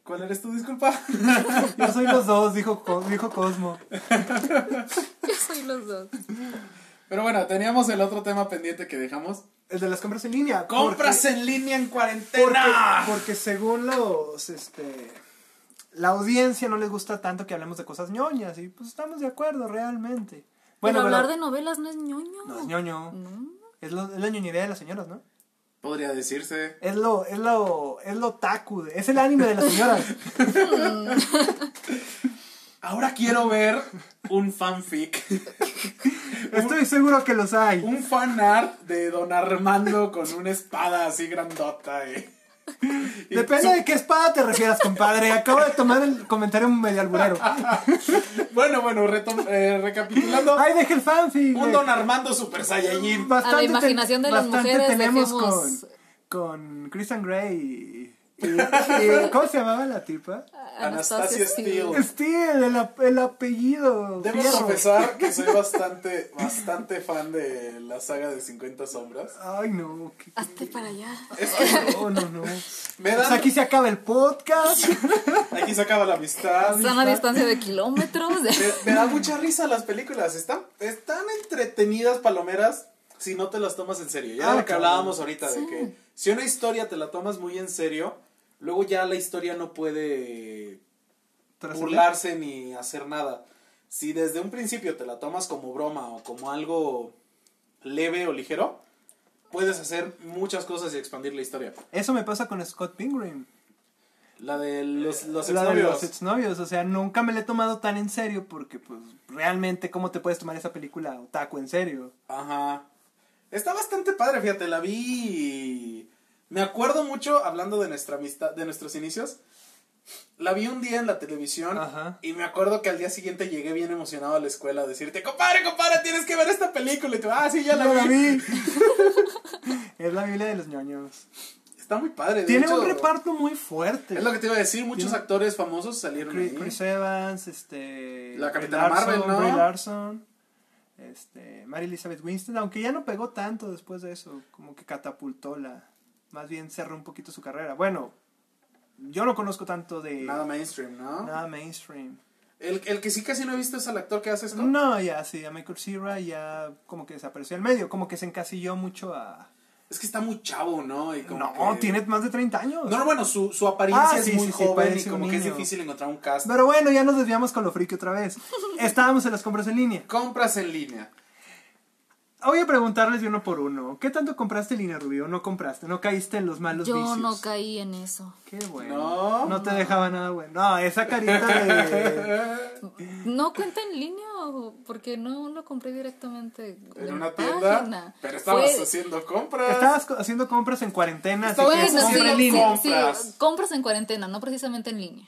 ¿Cuál eres tú, disculpa? <laughs>
Yo soy los dos, dijo, Co- dijo Cosmo.
<laughs> Yo soy los dos.
Pero bueno, teníamos el otro tema pendiente que dejamos.
El de las compras en línea. porque-
¡Compras en línea en
Porque,
cuarentena!
porque según los, este, la audiencia no les gusta tanto que hablemos de cosas ñoñas y pues estamos de acuerdo realmente. Bueno,
pero
pero
hablar de novelas no es ñoño.
no es ñoño.
No.
Es, lo- es la ñoñería de las señoras, ¿no?
Podría decirse.
Es lo, es lo, es lo taku, es el anime de las señoras.
<laughs> Ahora quiero ver un
<laughs>
fanfic.
Estoy seguro que los hay.
Un fanart de Don Armando con una espada así grandota. eh. Y
Depende de qué espada te refieras, compadre. Acabo de tomar el comentario
<laughs>
medio alburero.
su- Bueno, bueno, retom- eh, recapitulando.
Ay, deje el fanfic.
Un
güey.
Don Armando Super Saiyajin.
Bastante
A la
te-
imaginación de las
bastante
mujeres
tenemos
dejemos-
con, con Kristen Gray
<laughs>
y, y- y- ¿Cómo se llamaba la tipa?
Anastasia Steele.
Steel, el, ap- el apellido.
Debo
Fierro.
confesar que soy bastante, bastante fan de la saga de 50 sombras.
Ay, no. qué-
Hazte para allá.
<laughs> Es que
No, no, no.
me
Pues
dan...
aquí se acaba el
<laughs>
podcast.
Aquí se acaba la amistad.
Están a distancia de kilómetros.
Me, me da mucha risa las películas. Están, están entretenidas, palomeras, si no te las tomas en serio. Ya
Ah,
de lo que
claro.
hablábamos ahorita, de que si una historia te la tomas muy en serio, luego ya la historia no puede burlarse ni hacer nada. Si desde un principio te la tomas como broma o como algo leve o ligero, puedes hacer muchas cosas y expandir la historia.
Eso me pasa con Scott Pilgrim.
La de los, los
la de
exnovios.
los exnovios. O sea, nunca me la he tomado tan en serio porque, pues, realmente, ¿cómo te puedes tomar esa película otaku en serio?
Ajá. Está bastante padre, fíjate, la vi. y Me acuerdo mucho hablando de nuestra amistad, de nuestros inicios. La vi un día en la televisión
Ajá.
y me acuerdo que al día siguiente llegué bien emocionado a la escuela a decirte, compadre, compadre, tienes que ver esta película. Y tú, ah, sí, ya la
Yo la
vi.
vi. <laughs> es la Biblia de los ñoños.
Está muy padre. de
Tiene
hecho,
un reparto muy fuerte.
Es lo que te iba a decir, muchos actores famosos salieron
Chris,
ahí.
Chris Evans, este.
La Capitana Marvel, ¿no?
Brie Larson. este, Mary Elizabeth Winston, aunque ya no pegó tanto después de eso, como que catapultó la, más bien cerró un poquito su carrera. Bueno, yo no conozco tanto de
Nada mainstream, ¿no?
nada mainstream.
El, el que sí casi no he visto es al actor que hace Scott.
No, ya sí, a Michael Cera ya como que desapareció del medio, como que se encasilló mucho a...
Es que está muy chavo, ¿no? Y como
No,
que-
tiene más de 30 años.
No, no, bueno, su, su apariencia
Ah,
es
sí,
muy
sí, sí,
joven y
parece un
como que es
niño.
difícil encontrar un cast.
Pero bueno, ya nos desviamos con lo friki otra vez. Estábamos en las compras en línea.
Compras en línea.
Voy a preguntarles de uno por uno. ¿Qué tanto compraste en línea, Rubio? ¿No compraste? ¿No caíste en <laughs> los malos
<laughs> Yo
vicios?
no caí en eso.
Qué bueno.
No.
No te dejaba nada bueno. No, esa carita de...
No cuenta en línea o- porque no lo compré directamente de
En
la
una tienda.
página.
Pero estabas
Fue-
haciendo compras.
Estabas co- haciendo compras en cuarentena, así
Estabas
que
haciendo
Bueno, sí,
compra en
sí,
línea.
sí,
Compras.
compras en cuarentena, no precisamente en línea.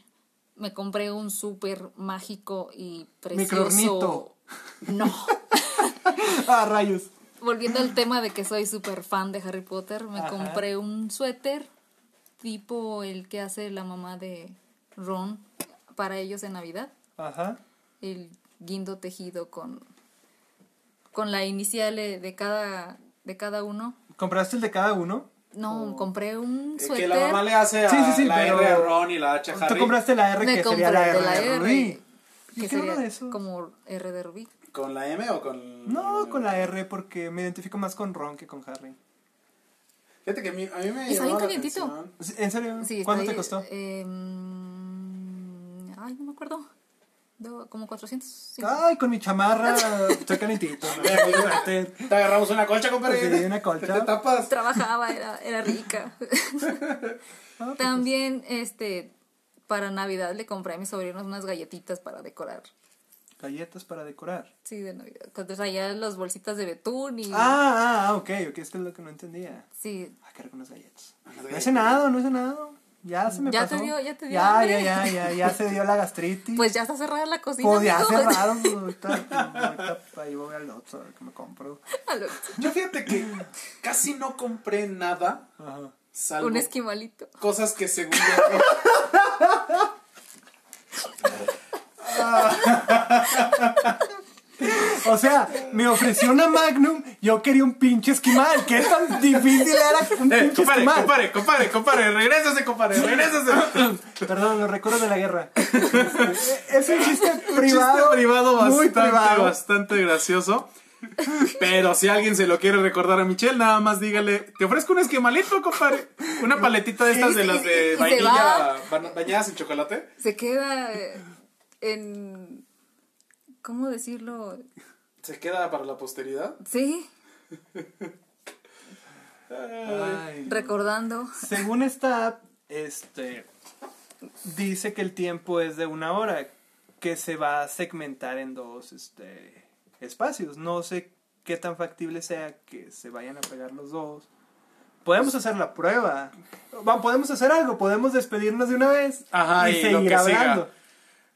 Me compré un súper mágico y precioso.
Microornito.
No.
<laughs>
<laughs>
Ah, rayos.
Volviendo al tema de que soy súper fan de Harry Potter, me
Ajá.
compré un suéter tipo el que hace la mamá de Ron para ellos en Navidad.
Ajá.
el guindo tejido con, con la inicial eh, de cada, de cada uno.
¿Compraste el de cada uno?
No,
Oh.
compré un
Eh,
suéter.
Que la mamá le hace a
Sí, sí, sí,
la
pero-
R a Ron y la H a Harry.
Tú compraste la R,
Me
que
compré
sería la R
de la
de
R.
Rubí. ¿Y
que
qué uno
sería
de esos?
como R de Rubí.
¿Con la M o con.?
No, con la R, porque me identifico más con Ron que con Harry.
Fíjate que a mí, a mí me.
Y
llamaba
está bien
la
calientito.
atención.
¿En serio?
Sí,
¿Cuánto te
está ahí,
costó?
eh, mm, ay, no me acuerdo. Do- como 450.
Ay, con mi
<laughs>
chamarra, estoy calentito. ¿no?
Te agarramos una colcha, compadre.
Pues Sí, una colcha.
<laughs> Te tapas.
Trabajaba, era,
<laughs>
era
Ah,
rica.
pues,
También, este, para Navidad le compré a mis sobrinos unas galletitas para decorar.
Galletas para decorar.
Sí, de Navidad. Cuando traía las bolsitas de betún y...
Ah, ah, ah, ok, ok, es que es lo que no entendía.
Sí,
Ah, cargo unas galletas.
Unas
No he
galletas.
cenado, no he cenado. Ya se me
Ya
pasó.
te dio- ya te dio
Ya,
hambre.
ya, ya, ya, ya se dio la gastritis.
Pues ya está cerrada la cocina.
Pues ya
amigo.
cerraron, pues, ahorita, ahorita ahí voy al otro a ver qué me compro.
<laughs> A lo-
Yo fíjate que casi no compré nada.
Ajá.
Salvo
Un esquimalito.
cosas que según yo. <laughs>
O sea, me ofreció una Magnum, yo quería un pinche esquimal. ¿Qué tan difícil era <laughs>
Eh,
un pinche esquimal?
compare, compare, compare. Regrésase, compare,
<laughs>
regrésase.
Perdón, los recuerdos de la guerra. <laughs> Es un chiste privado.
chiste privado bastante,
muy privado.
bastante gracioso. Pero si alguien se lo quiere recordar a Michelle, nada más dígale, te ofrezco un esquimalito, compadre. Una paletita de estas de las
Y- y-
de
y se
vainilla
va.
ba- bañadas en chocolate.
Se queda eh, en. ¿Cómo decirlo?
Se queda para la posteridad.
Sí,
Ay.
recordando.
Según esta app, este dice que el tiempo es de una hora, que se va a segmentar en dos este, espacios. No sé qué tan factible sea que se vayan a pegar los dos. Podemos hacer la prueba. Va, podemos hacer algo, podemos despedirnos de una vez
Ajá,
y,
y lo
seguir
que siga.
hablando.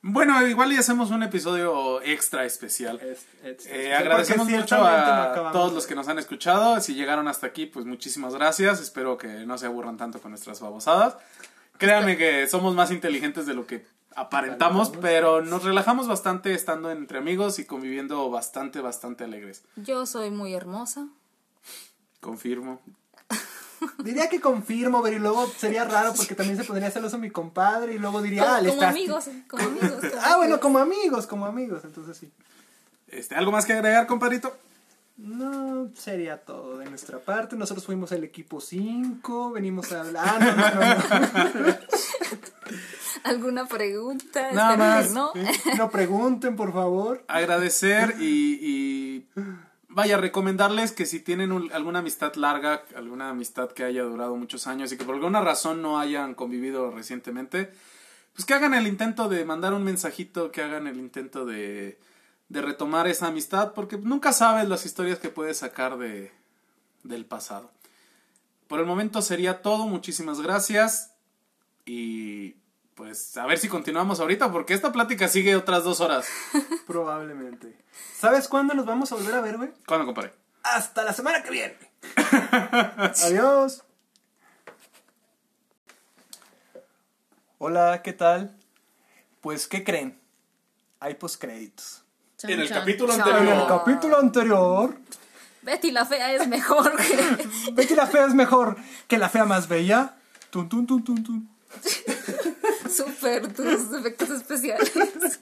Bueno, igual y hacemos un episodio extra especial.
Es- es-
Eh,
es-
agradecemos
porque
mucho
ciertamente no
a
acabamos
todos
de-
los que nos han escuchado. Si llegaron hasta aquí, pues muchísimas gracias. Espero que no se aburran tanto con nuestras babosadas. Créanme que somos más inteligentes de lo que aparentamos, pero nos relajamos bastante estando entre amigos y conviviendo bastante, bastante alegres.
Yo soy muy hermosa.
Confirmo.
Diría que confirmo, pero luego sería raro porque también se pondría celoso mi compadre y luego diría,
Como-
ah, le
como
estás-
amigos, como amigos.
<laughs> Ah, bueno, como amigos, como amigos, entonces sí.
Este, ¿Algo más que agregar, compadrito?
No, sería todo de nuestra parte. Nosotros fuimos el equipo 5, venimos a hablar. Ah, no, no, no,
¿Alguna pregunta?
Nada
Espero que
más.
no.
no. <laughs> No pregunten, por favor.
agradecer y, y vaya, recomendarles que si tienen un- alguna amistad larga, alguna amistad que haya durado muchos años y que por alguna razón no hayan convivido recientemente, pues que hagan el intento de mandar un mensajito, que hagan el intento de, de retomar esa amistad, porque nunca sabes las historias que puedes sacar de, del pasado. Por el momento sería todo, muchísimas gracias y pues a ver si continuamos ahorita porque esta plática sigue otras dos horas.
Probablemente. ¿Sabes cuándo nos vamos a volver a ver, güey?
¿Cuándo, compadre?
Hasta la semana que viene. Adiós. Hola, ¿qué tal? Pues, ¿qué creen? Hay postcréditos.
Chan,
en el
chan.
capítulo
En
Chan.
el
anterior.
capítulo anterior,
Betty la fea es mejor que... <laughs>
Betty la fea es mejor que la fea más bella. Tun, tun, tun, tun, tun.
Super tus efectos especiales. <laughs>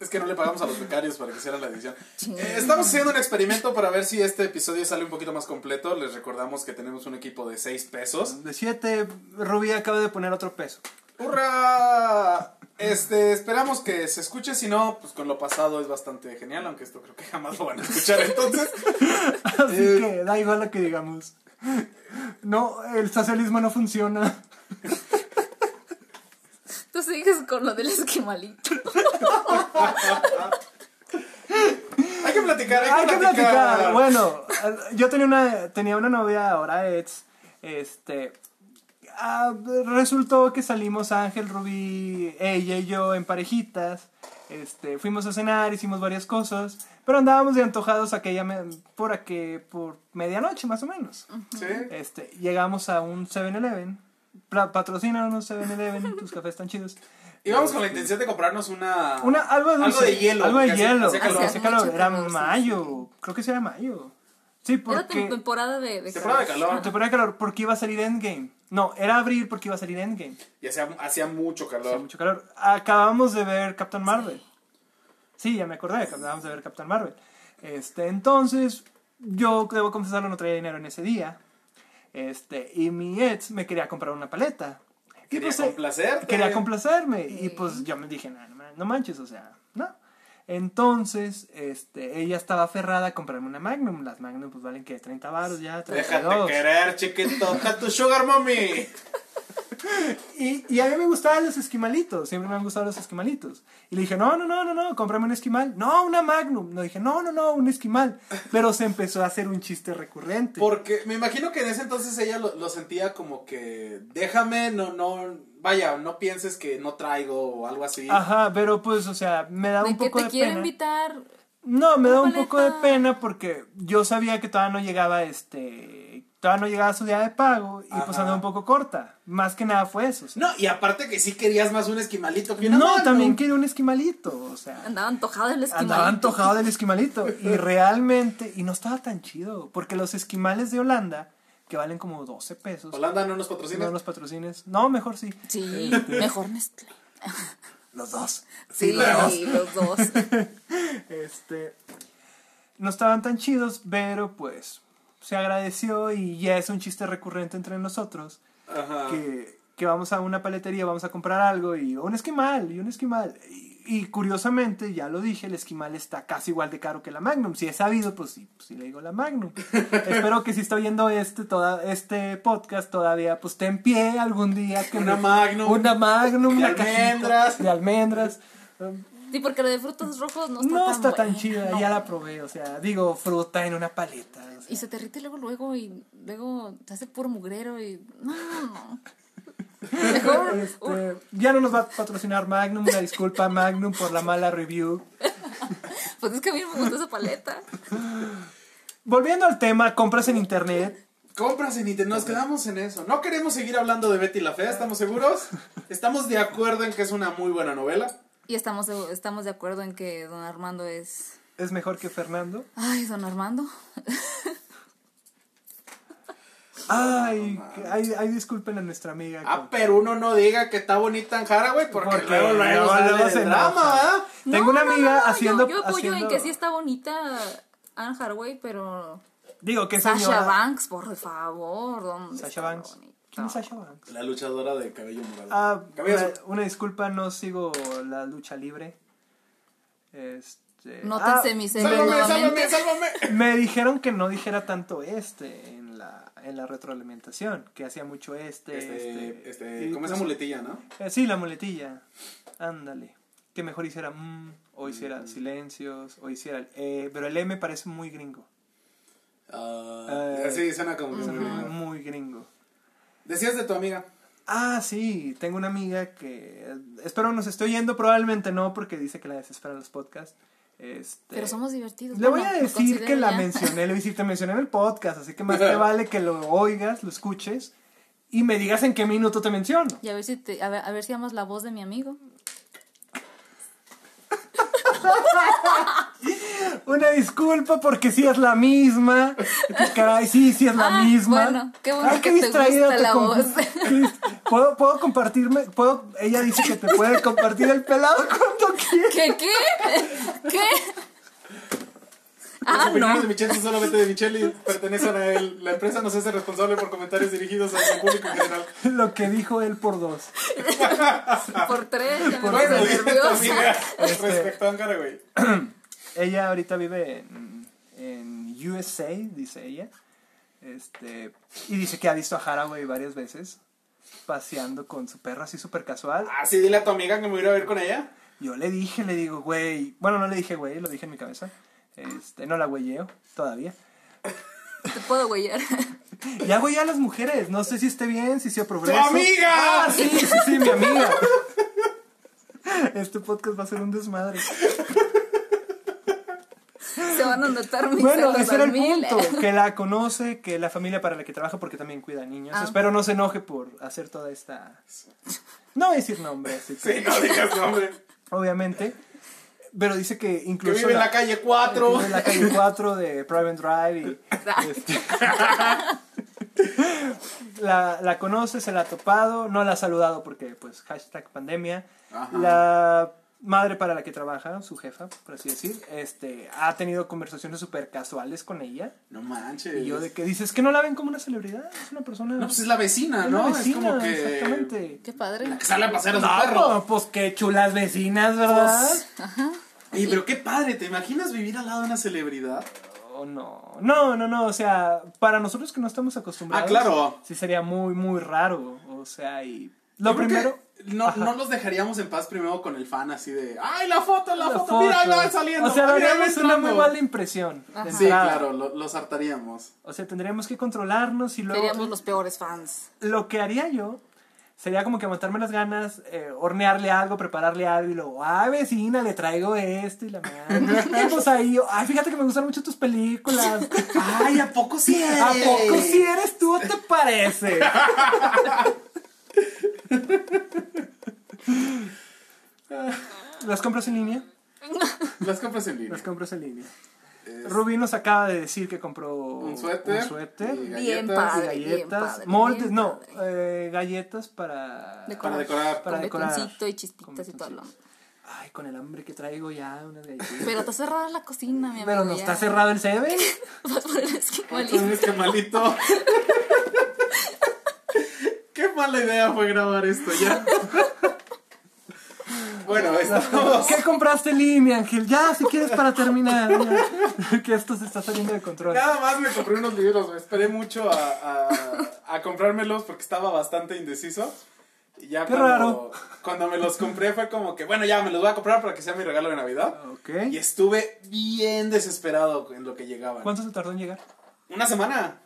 Es que no le pagamos a los becarios para que hicieran la edición. Eh, estamos haciendo un experimento para ver si este episodio sale un poquito más completo. Les recordamos que tenemos un equipo de 6 pesos.
De siete, Rubí acaba de poner otro peso.
¡Hurra! Este, esperamos que se escuche. Si no, pues con lo pasado es bastante genial, aunque esto creo que jamás lo van a escuchar entonces.
<laughs> Así que da igual lo que digamos. No, el socialismo no funciona.
Tú sigues con lo del esquimalito.
Hay que platicar, hay que,
Hay que platicar.
Bueno,
Bueno, eh, yo tenía una, tenía una novia ahora, es, este, ah, resultó que salimos Ángel, Rubí, ella y yo en parejitas, este, fuimos a cenar, hicimos varias cosas, pero andábamos de antojados aquella, me- por aqu- por medianoche más o menos.
¿Sí?
Este, llegamos a un 7-Eleven, Pla- patrocínanos 7-Eleven, tus cafés están chidos.
Íbamos con la intención de comprarnos una.
Una, algo, dulce,
de hielo.
Algo de
porque
hielo.
hacía- hacía calor.
hacía calor,
mucho
Era
calor, sí,
mayo. Creo que sí era mayo. Sí,
Era
porque.
temporada de, de
Temporada de calor.
Temporada de calor porque iba a salir Endgame. No, era abril porque iba a salir Endgame.
Y hacía, hacía mucho
Hacía
calor.
mucho calor. Acabamos de ver Captain Marvel. Sí, ya me acordé, acabamos de ver Captain Marvel. Este, entonces, yo debo confesarlo, no traía dinero en ese día. Este, y mi ex me quería comprar una paleta. Y
Quería
pues, eh,
complacer.
<laughs> quería complacerme. Y
Sí.
pues yo me dije, "No, no, ma- no manches, o sea, no. Entonces, este, ella estaba aferrada a comprarme una Magnum. Las Magnum pues valen que 30 baros ya,
Déjate
32.
querer, chiquito. Deja tu sugar mommy.
Y, y a mí me gustaban los esquimalitos, siempre me han gustado los esquimalitos. Y le dije, no, no, no, no, no, cómprame un esquimal. No, una Magnum. No dije, no, no, no, un esquimal. Pero se empezó a hacer un chiste recurrente.
Porque me imagino que en ese entonces ella lo, lo sentía como que déjame, no, no, vaya, no pienses que no traigo o algo así.
Ajá, pero pues, o sea, me da
De
un
que
poco
te
de
quiero
pena.
invitar.
No, me da un
Paleta.
poco de pena porque yo sabía que todavía no llegaba este. Todavía no llegaba su día de pago y pues
Ajá.
andaba un poco corta. Más que nada fue eso. o sea.
No, y aparte que sí querías más un esquimalito que
No,
una mano.
también quería un esquimalito, o sea.
Andaba antojado el esquimalito.
Andaba antojado del esquimalito <laughs> y realmente. Y no estaba tan chido porque los esquimales de Holanda, que valen como 12 pesos.
Holanda no nos
si
patrocina.
no los patrocines. No, mejor sí.
Sí, mejor Nestlé.
Los dos.
Sí,
los dos.
los dos.
Este. No estaban tan chidos, pero pues. Se agradeció y ya es un chiste recurrente entre nosotros.
Ajá.
que, que vamos a una paletería, vamos a comprar algo y un esquimal, y un esquimal. Y, y curiosamente, ya lo dije, el esquimal está casi igual de caro que la Magnum. Si he sabido, pues sí, pues sí le digo
<laughs>
la Magnum. Espero que si está oyendo este, toda, este podcast todavía, pues esté en pie algún día. Que
Una
me-
Magnum.
Una Magnum,
De
una cajita
almendras.
De almendras.
Sí, porque la de frutos rojos no está
No
tan
está tan
buena,
chida,
no.
ya la probé, o sea, digo, fruta en una paleta. o sea.
Y se te derrite luego, luego, y luego te hace puro mugrero y... No, no, no. Mejor...
<laughs>
un-
Este, ya no nos va a patrocinar Magnum, una disculpa Magnum por la mala review.
Pues es que a mí no me gustó esa paleta.
Volviendo al tema, compras en internet.
Compras en internet, nos quedamos en eso. No queremos seguir hablando de Betty la Fea, ¿estamos seguros? Estamos de acuerdo en que es una muy buena novela.
Y estamos, de- estamos de acuerdo en que don Armando es...
Es mejor que Fernando.
Ay, don Armando.
Ay, que- ay, ay, disculpen a nuestra amiga.
Ah,
que-
pero uno no diga que está bonita en Haraway porque,
Porque
luego, luego,
luego,
sale
luego
el
se enoja.
drama, ¿verdad?
Tengo una amiga
yo-
haciendo.
Yo, apoyo en
haciendo-
que sí está bonita Anne Haraway, pero...
Digo que
Sasha
señora.
Banks, por favor. ¿dónde
Sasha
está
Banks.
la bonita?
¿Quién es Sasha Banks?
La luchadora de cabello morado.
Ah,
cabello
una,
azul.
una disculpa, no sigo la lucha libre. Este. ah,
Nótense mis e- series
¡Sálvame,
nuevamente.
sálvame,
<laughs>
sálvame!
Me dijeron que no dijera tanto este en la, en la retroalimentación, que hacía mucho este,
Este,
este,
este,
y
como
pues-
esa muletilla, ¿no?
Eh, sí, la muletilla. Ándale. Que mejor hiciera mm, o hiciera silencios, o hiciera el eh, pero el M parece muy gringo.
Ah,
Eh,
sí, suena como que muy
Muy,
bien.
gringo.
Decías de tu amiga.
Ah, sí, tengo una amiga que eh, espero nos esté oyendo, probablemente no, porque dice que la desesperan los podcasts. Este,
Pero somos divertidos.
Le voy
Bueno,
a
lo
decir que
considero
la
ya.
mencioné, le voy a decir, te mencioné en el podcast, así que más te vale que lo oigas, lo escuches y me digas en qué minuto te menciono.
Y a ver si te, a ver, a ver si amas la voz de mi amigo.
Una disculpa porque sí es la misma. Caray, sí, sí es la
Ah,
misma.
bueno, qué bueno que
qué
te
distraída
gusta la
con-
voz.
qué dist- ¿Puedo, puedo compartirme, puedo, ella dice que te puede compartir el pelado cuando quieras.
¿Qué? ¿Qué? ¿Qué?
Las
Ah,
opiniones
no.
de Michelle son solamente de Michelle y pertenecen a él. La empresa no se hace responsable por comentarios dirigidos al público en general.
<laughs> Lo que dijo él por dos.
Por tres, ya me
Bueno,
puse nerviosa.
mira,
Este.
respecto a Ankara, güey.
Ella ahorita vive en, en USA, dice ella. Este, y dice que ha visto a Haraway varias veces paseando con su perro así súper casual.
Ah, sí, dile a tu amiga que me voy a ir a ver con ella.
Yo le dije, le digo, güey. Bueno, no le dije, güey, lo dije en mi cabeza. Este, no la güeyeo todavía.
Te puedo huellar.
Ya güey a las mujeres. No sé si esté bien, si sea progreso.
¡Tu amiga!
Ah, sí, sí, sí, mi amiga. <laughs> Este podcast va a ser un desmadre.
Se van a notar mis
Bueno,
celos
ese era
al
el
mil. <laughs>
punto. Que la conoce, que la familia para la que trabaja, porque también cuida niños.
Ah.
Espero no se enoje por hacer toda esta. No voy a decir nombre, así que.
Sí, no digas nombre.
Obviamente. Pero dice que
Que
incluso.
vive en la calle 4.
Vive en la calle 4 de Private Drive y. este, la, la conoce, se la ha topado, no la ha saludado porque, pues, hashtag pandemia.
Ajá.
La madre para la que trabaja, su jefa, por así decir, este, ha tenido conversaciones súper casuales con ella.
No manches.
Y yo de que dices que no la ven como una celebridad, es una persona.
No, pues es la vecina,
una
¿no?
vecina,
es como que.
Exactamente.
Qué padre.
La que sale a pasear a su perro.
No, pues qué chulas vecinas, ¿verdad?
Oye, pero qué padre, ¿te imaginas vivir al lado de una celebridad?
Oh, no, no, no, no, o sea, para nosotros que no estamos acostumbrados.
Ah, claro.
Sí sería muy, muy raro, o sea, y... Lo
Yo creo que
primero...
No,
Ajá.
no los dejaríamos en paz primero con el fan así de. ¡Ay, la foto, la,
la
foto! ¡Mira, ahí va
foto.
saliendo!
O sea,
mira, ahí va
daríamos una
entrando".
muy mala impresión. de
Ajá.
Sí,
entrada.
claro, lo- los hartaríamos.
O sea, tendríamos que controlarnos y luego...
Seríamos los peores fans.
Lo que haría yo sería como que matarme las ganas, eh, hornearle algo, prepararle algo y luego, ay vecina, le traigo esto y la madre. Y pues ahí, yo, ay, fíjate que me gustan mucho tus películas.
¡Ay, a poco sí eres?
¿A poco si eres tú o te parece? ¿Las compras en línea?
Las compras en línea.
Las compras en línea.
Es
Rubí nos acaba de decir que compró
un suéter.
un suéter,
y
y
Bien
galletas
padre. bien
galletas,
padre,
moldes,
bien
no,
padre.
eh, galletas para...
De
Para decorar.
Para
con
decorar.
betoncito y
Con
chispitas y todo.
betoncito.
lo-
Ay, con el hambre que traigo ya, unas
<laughs>
galletas.
Pero está cerrada la cocina, mi amigo.
Pero no
ya.
está cerrado el CB.
<laughs> Vas por el esquimalito.
Entonces, qué este <laughs> malito. qué mala idea fue grabar esto <laughs> ya. bueno, estamos.
¿Qué compraste en línea, Ángel? Ya, si quieres para terminar. ya. <laughs> que esto se está saliendo de control.
Nada más me compré unos libros, me esperé mucho a, a- a comprármelos porque estaba bastante indeciso. Y ya
Qué
cuando,
raro.
cuando me los compré fue como que, bueno, ya me los voy a comprar para que sea mi regalo de Navidad.
Ok.
Y estuve bien desesperado en lo que llegaban.
¿Cuánto se tardó en llegar?
Una semana.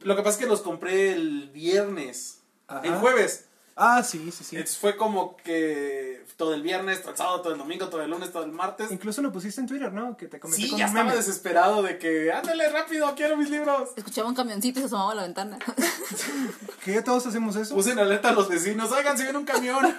Lo que pasa es que los compré el viernes.
Ajá.
El jueves.
Ah, sí, sí, sí.
Entonces fue como que todo el viernes, todo el sábado, todo el domingo, todo el lunes, todo el martes.
Incluso lo pusiste en Twitter, ¿no? Que te comenté
Sí,
con
ya
un
estaba
meme.
desesperado de que, ándale rápido, quiero mis libros.
Escuchaba un camioncito y se asomaba a la ventana.
pues Que ya todos hacemos eso.
Usen alerta a los vecinos, oigan, si viene un camión.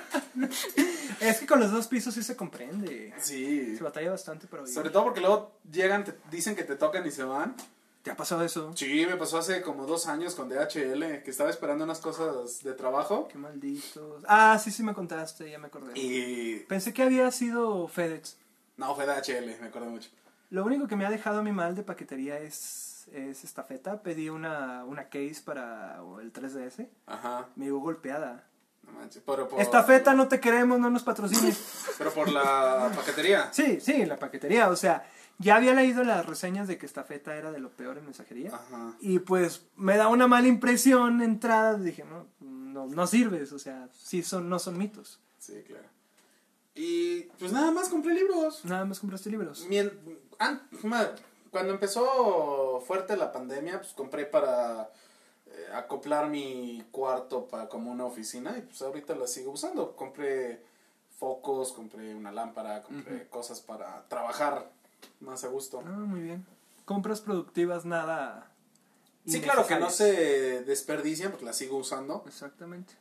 es que con los dos pisos sí se comprende.
Sí.
Se batalla bastante para vivir.
Sobre todo porque luego llegan, te dicen que te tocan y se van.
¿Te ha pasado eso?
Sí, me pasó hace como dos años con DHL, que estaba esperando unas cosas de trabajo.
Qué malditos. Ah, sí, sí me contaste, ya me acordé.
Y...
Pensé que había sido FedEx.
No, fue DHL, me acuerdo mucho.
Lo único que me ha dejado a mí mal de paquetería es, es estafeta. Pedí una, una case para el 3DS.
Ajá,
Me llegó golpeada.
no manches. Pero por,
Estafeta, no te queremos, no
<laughs>
nos patrocines.
Pero por la
<laughs>
paquetería.
Sí, sí, la paquetería. O sea, ya había leído las reseñas de que Estafeta era de lo peor en mensajería.
Ajá.
Y pues me da una mala impresión de entrada. Dije, no, no, no sirves. O sea, sí son, no son mitos.
Sí, claro. Y pues nada más compré libros.
Nada más compraste libros.
Mien- an- ma- cuando empezó fuerte la pandemia, pues compré para eh, acoplar mi cuarto para como una oficina y pues ahorita la sigo usando. Compré focos, compré una lámpara, compré cosas para trabajar más a gusto.
Ah, muy bien. Compras productivas, nada.
Sí, claro que no
innecesarias.
se desperdician porque la sigo usando.
Exactamente.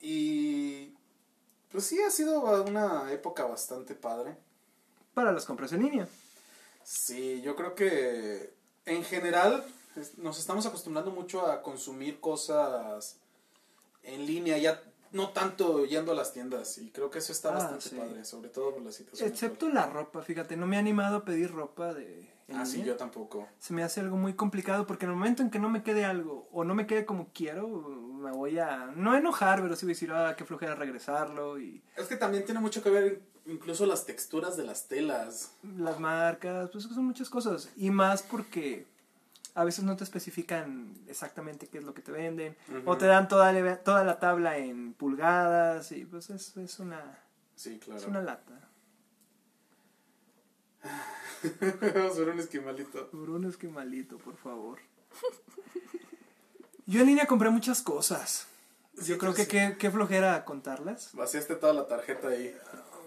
Y pues sí, ha sido una época bastante padre.
para las compras en línea.
Sí, yo creo que en general es- nos estamos acostumbrando mucho a consumir cosas en línea, ya no tanto yendo a las tiendas. Y creo que eso está
Ah,
bastante
sí.
padre, sobre todo por la situación.
Excepto
actual.
la ropa, fíjate, no me he animado a pedir ropa de... en
pues. Ah, sí,
línea.
yo tampoco.
Se me hace algo muy complicado porque en el momento en que no me quede algo o no me quede como quiero, me voy a... No enojar, pero sí voy a decir, ah, qué flojera regresarlo y
Es que también tiene mucho que ver incluso las texturas de las telas.
las marcas, pues son muchas cosas. Y más porque a veces no te especifican exactamente qué es lo que te venden. O te dan toda, la- toda la tabla en pulgadas y pues es, es, una,
Sí, claro. <laughs>
es una lata.
Vamos a ver un esquimalito.
Bruno, es que malito, por favor. Yo en línea compré muchas cosas.
Sí,
Yo creo que
pues,
qué, qué flojera contarlas.
Vaciaste toda la tarjeta ahí.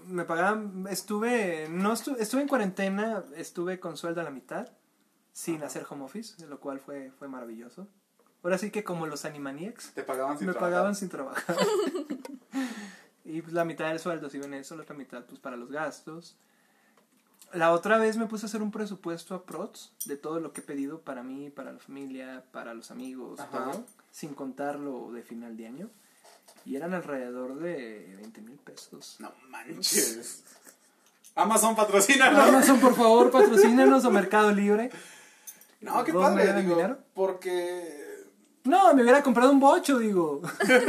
Me pagaban, estuve, no estu- estuve en cuarentena, estuve con sueldo a la mitad, sin hacer home office, lo cual fue, fue maravilloso. Ahora sí que como los Animaniacs,
Te pagaban sin
me
trabajar.
pagaban sin trabajar. <laughs> y pues la mitad del sueldo se iba en eso, la otra mitad pues para los gastos. La otra vez me puse a hacer un presupuesto a Prots de todo lo que he pedido para mí, para la familia, para los amigos,
Ajá.
todo, sin contar lo de final de año. Y eran alrededor de 20 mil pesos.
No manches. Amazon patrocina,
Amazon, por favor, patrocínanos o Mercado Libre.
No, qué
¿Vos me
padre,
debes
digo,
dinero?
porque...
No, me hubiera comprado un bocho, digo. <laughs>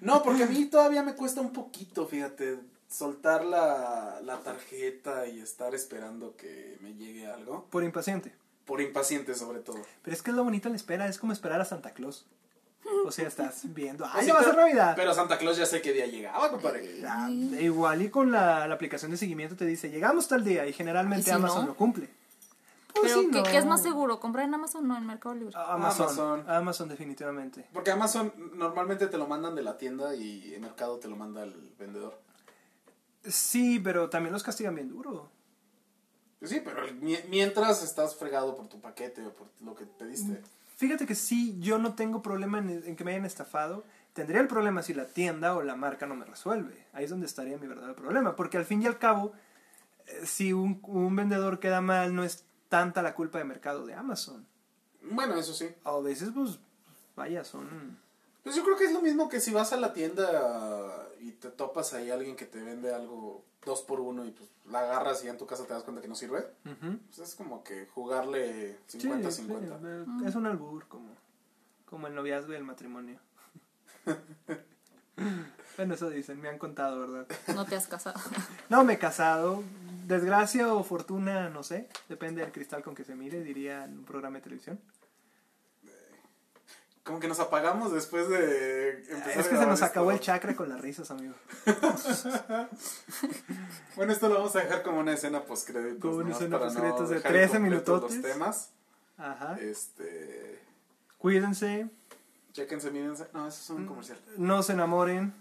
No, porque a mí todavía me cuesta un poquito, fíjate, soltar la, la tarjeta y estar esperando que me llegue algo.
Por impaciente.
Por impaciente, sobre todo.
Pero es que es lo bonito de la espera, es como esperar a Santa Claus. O sea, estás viendo,
O sea,
¡ay, Ah, ya va a ser
pero-
Navidad!
Pero Santa Claus ya sé qué día llegaba, compadre.
Ah, igual y con la, la aplicación de seguimiento te dice, llegamos tal día, y generalmente
¿Y si
Amazon
no?
lo cumple. Pues
Pero,
si
¿qué,
no. Ah.
qué es más seguro? ¿Comprar en Amazon o no en Mercado Libre?
Amazon,
Amazon.
Amazon. definitivamente.
Porque Amazon normalmente te lo mandan de la tienda y el mercado te lo manda el vendedor.
Sí, pero también los castigan bien duro.
Pues sí, pero el- mi- mientras estás fregado por tu paquete o por lo que pediste.
Fíjate que sí, yo no tengo problema en, en que me hayan estafado. Tendría el problema si la tienda o la marca no me resuelve. Ahí es donde estaría mi verdadero problema. Porque al fin y al cabo, eh, si un, un vendedor queda mal, no es tanta la culpa de mercado de Amazon. Mm.
Bueno, eso sí.
A veces, pues, vaya, son...
Pues yo creo que es lo mismo que si vas a la tienda y te topas ahí a alguien que te vende algo dos por uno y pues la agarras y ya en tu casa te das cuenta que no sirve.
Ujú.
Pues es como que jugarle
Sí,
50-50.
sí, eh, es un albur, como, como el noviazgo y el matrimonio. bueno, eso dicen, me han contado, ¿verdad?
No te has casado.
No me he casado. Desgracia o fortuna, no sé. Depende del cristal con que se mire, diría en un programa de televisión.
Como que nos apagamos después de empezar a
es que se
grabar
nos acabó el
esto.
chakra con las risas, amigo.
Bueno, esto lo vamos a dejar como una escena post créditos.
Como una escena postcréditos de 13
minutos
minutotes. Ah.
Los temas.
Ajá.
Este.
Cuídense,
Chéquense, mírense. No, eso es
Mm.
un comercial.
no se enamoren.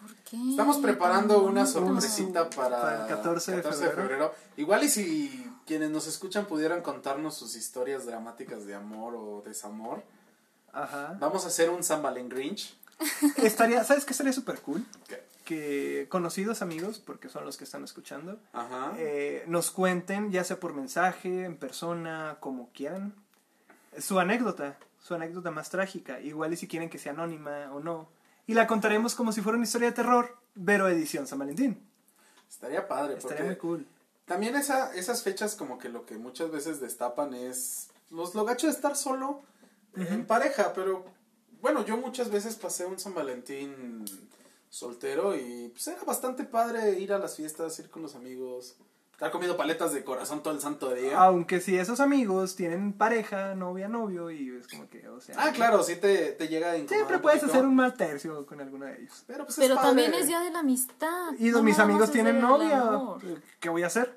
¿Por qué?
Estamos
Mm,
preparando una
No.
sorpresita para,
Para el 14 de febrero.
Igual y si quienes nos escuchan pudieran contarnos sus historias dramáticas de amor o desamor.
Ajá.
Vamos a hacer un San Valen Grinch.
Estaría, ¿Sabes qué estaría súper cool?
¿Qué?
Que conocidos amigos, porque son los que están escuchando,
Ah.
Ajá.
eh, nos cuenten, ya sea por mensaje, en persona, como quieran, su anécdota, su anécdota más trágica, igual y si quieren que sea anónima o no. Y la contaremos como si fuera una historia de terror, pero edición San Valentín.
Estaría padre.
Estaría
porque
muy cool.
También esa, esas fechas como que lo que muchas veces destapan es los, lo gacho de estar solo en pareja, pero bueno, yo muchas veces pasé un San Valentín soltero y pues era bastante padre ir a las fiestas, ir con los amigos, estar comiendo paletas de corazón todo el santo día. Ah,
Aunque si esos amigos tienen pareja, novia, novio, y es como que, o sea...
Ah,
Ah,
claro, sí te, te llega a incomodar
Siempre puedes
poquito,
hacer un mal tercio con alguno de ellos.
Pero, pues
Pero
es padre.
también es día de la amistad.
Y
no
mis
nada más
amigos
es
tienen
del
novia.
amor.
¿Qué voy a hacer?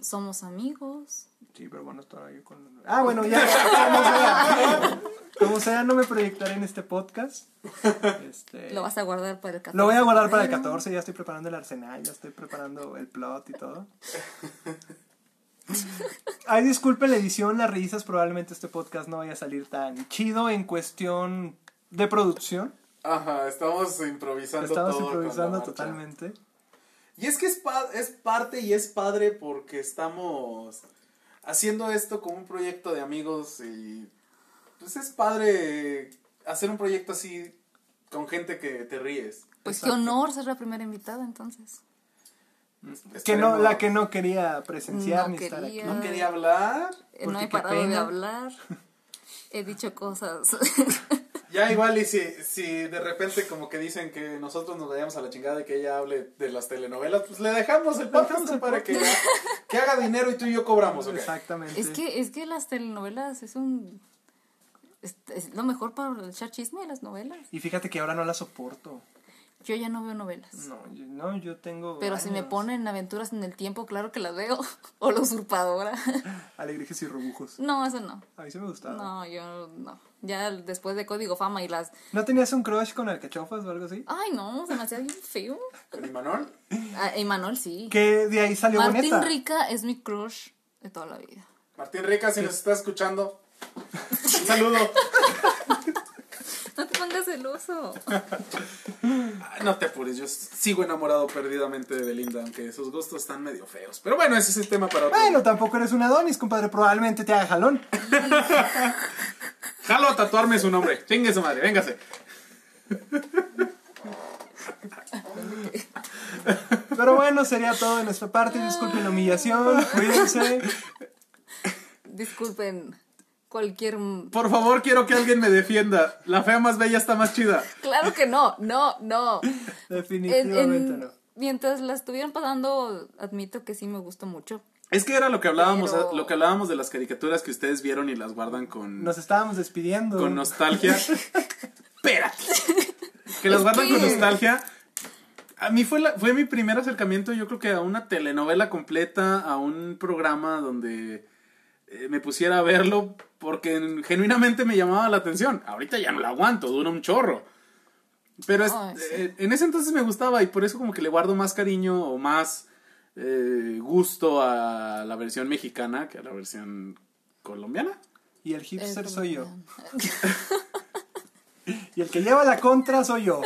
Somos amigos.
Sí, pero bueno, estaba yo con... Ah, bueno, ya. Como sea, como sea, no me proyectaré en este podcast. Este,
Lo vas a guardar para el 14.
lo voy a guardar para el 14, ya estoy preparando el arsenal, ya estoy preparando el plot y todo. Ay, disculpen la edición, las risas, probablemente este podcast no vaya a salir tan chido en cuestión de producción.
Ajá, estamos improvisando
Estamos
todo con la
improvisando
marcha.
totalmente.
Y es que es, pa- es parte y es padre porque estamos haciendo esto como un proyecto de amigos y pues es padre hacer un proyecto así con gente que te ríes.
Pues qué
Exacto.
honor ser la primera invitada entonces.
Que no,
Esperemos-
la que no quería presenciar
No
ni estar aquí.
quería.
no quería hablar.
Eh, No
Porque
he
qué
parado de
pena. <laughs>
hablar. He dicho cosas.
Ya igual y si, si de repente como que dicen que nosotros nos vayamos a la chingada y que ella hable de las telenovelas, pues le dejamos el podcast para que, <laughs> que haga dinero y tú y yo cobramos, ¿ok?
Exactamente.
<laughs> es que es que las telenovelas es un es, es lo mejor para echar chisme de las novelas.
Y fíjate que ahora no la soporto.
Yo ya no veo novelas.
No, yo, no, yo tengo.
Pero si me
años.
ponen aventuras en el tiempo, claro que las veo. <laughs> O la usurpadora. <laughs>
Alegrijes y rebujos.
No, eso no.
A mí se me gustaba. No.
No, yo no. Ya después de Código Fama y las...
tenías un crush con alcachofas o algo así?
Ay, no, se me hacía bien feo.
¿Y Manuel?
Ah, Emanuel sí.
Que de ahí salió
Martín
Boneta.
Rica es mi crush de toda la vida.
Martín Rica, si nos está escuchando, un saludo.
No te pongas celoso.
Ay, Ah, no te apures, yo sigo enamorado perdidamente de Belinda, aunque sus gustos están medio feos. Pero bueno, ese es el tema para otro.
Bueno, tampoco eres un Adonis, compadre. Probablemente te haga jalón.
Jalo a tatuarme su nombre. Chingue su madre, véngase.
Pero bueno, sería todo de nuestra parte. Disculpen la
<laughs>
humillación. Cuídense.
Disculpen cualquier...
Por favor, quiero que alguien me defienda. La fea más bella está más chida.
Claro que no, no, no. En-
Definitivamente
en-
no.
Mientras la estuvieron pasando, admito que sí me gustó mucho.
Es que era lo que hablábamos,
Pero-
lo que hablábamos de las caricaturas que ustedes vieron y las guardan con,
Nos estábamos despidiendo.
con
<laughs>
nostalgia. Espérate. Que las
Es
guardan con
que-
nostalgia. A mí fue, la- fue mi primer acercamiento, yo creo que a una telenovela completa, a un programa donde eh, me pusiera a verlo, porque en- genuinamente me llamaba la atención. Ahorita ya no la aguanto, dura un chorro. Pero es-
Ay, sí.
eh, en ese entonces me gustaba y por eso como que le guardo más cariño o más eh, gusto a la versión mexicana que a la versión colombiana.
Y el hipster
Es
soy yo.
como-
Y el que lleva la contra soy yo.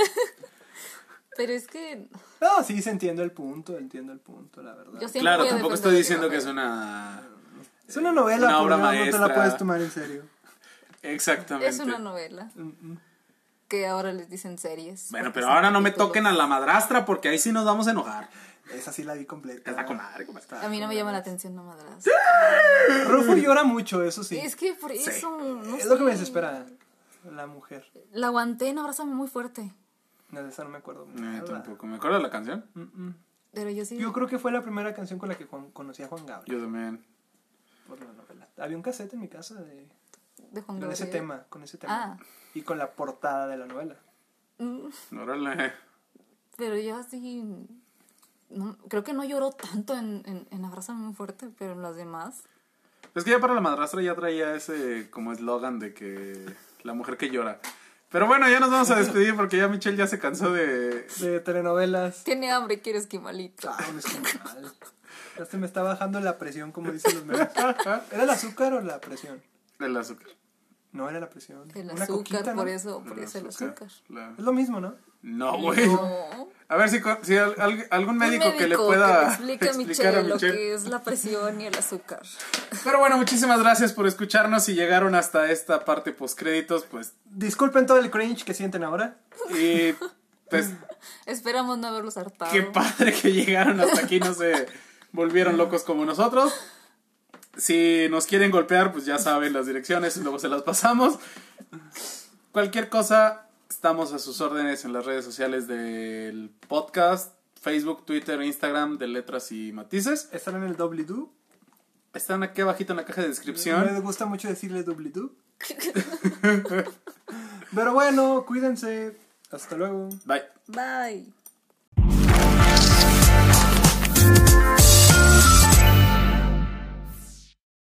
Pero es que
No, sí, se entiende el punto, entiendo el punto, la verdad.
yo siempre
claro,
voy a
tampoco
defender
estoy
a
diciendo que
Tierra
es una...
Es una novela,
Una
pero
obra
no, no te
maestra.
la puedes tomar en serio.
Fría.
Exactamente.
Es una novela
Mm, mm.
que ahora les dicen series.
Bueno,
porque
pero
son
ahora no me
capítulos.
toquen a la madrastra porque ahí sí nos vamos a enojar.
Esa sí la vi completa.
Está con madre, ¿cómo está?
A mí no me llama la atención la madras.
Rufo llora mucho, eso sí.
Es que por
Sí.
eso. no
Es lo que me
sé.
desespera la mujer.
La aguanté en Abrázame muy fuerte.
No, de esa no me acuerdo.
No, yo
nada.
Eh, tampoco. ¿Me acuerdo de la canción?
Mm, mm.
Pero yo sí.
Yo creo que fue la primera canción con la que Juan- conocí a Juan Gabriel.
Yo también.
Por la novela. Había un cassette en mi casa de,
de Juan
con ese
Gabriel.
tema, con ese tema.
Ah.
Y con la portada de la novela.
Mm,
Órale.
Pero yo así. no- creo que no lloró tanto en, en, en Abrázame muy fuerte, pero en las demás.
Es que ya para la madrastra ya traía ese como eslogan de que la mujer que llora. Pero bueno, ya nos vamos a despedir porque ya Michelle ya se cansó de...
De telenovelas.
Tiene hambre y quiere esquimalito.
Ah, un esquimal. Ya se me está bajando la presión, como dicen los memes. ¿Era el azúcar o la presión?
¿ah? del azúcar.
No, era la presión.
El
Una
azúcar,
coquita,
por
¿no? Ah,
eso, por eso el azúcar.
La-
Es lo mismo, ¿no?
No, güey.
No.
A ver si, con- si al- al- algún
Un
médico, que le
médico
pueda
explique a
explicar
Michelle
a
lo
Michelle.
que es la presión y el azúcar.
Pero bueno, muchísimas gracias por escucharnos y llegaron hasta esta parte postcréditos, pues.
Disculpen todo el cringe que sienten ahora.
Y pues
Esperamos no haberlos hartado.
qué padre que llegaron hasta aquí, no se volvieron locos como nosotros. Si nos quieren golpear, pues ya saben las direcciones, luego se las pasamos. Cualquier cosa, estamos a sus órdenes en las redes sociales del podcast, Facebook, Twitter, Instagram, de letras y matices.
Están en el doobly-doo.
Están aquí abajito en la caja de
Me
descripción.
gusta mucho decirle <laughs> doobly-doo. Pero bueno, cuídense. Hasta luego.
Bye.
Bye.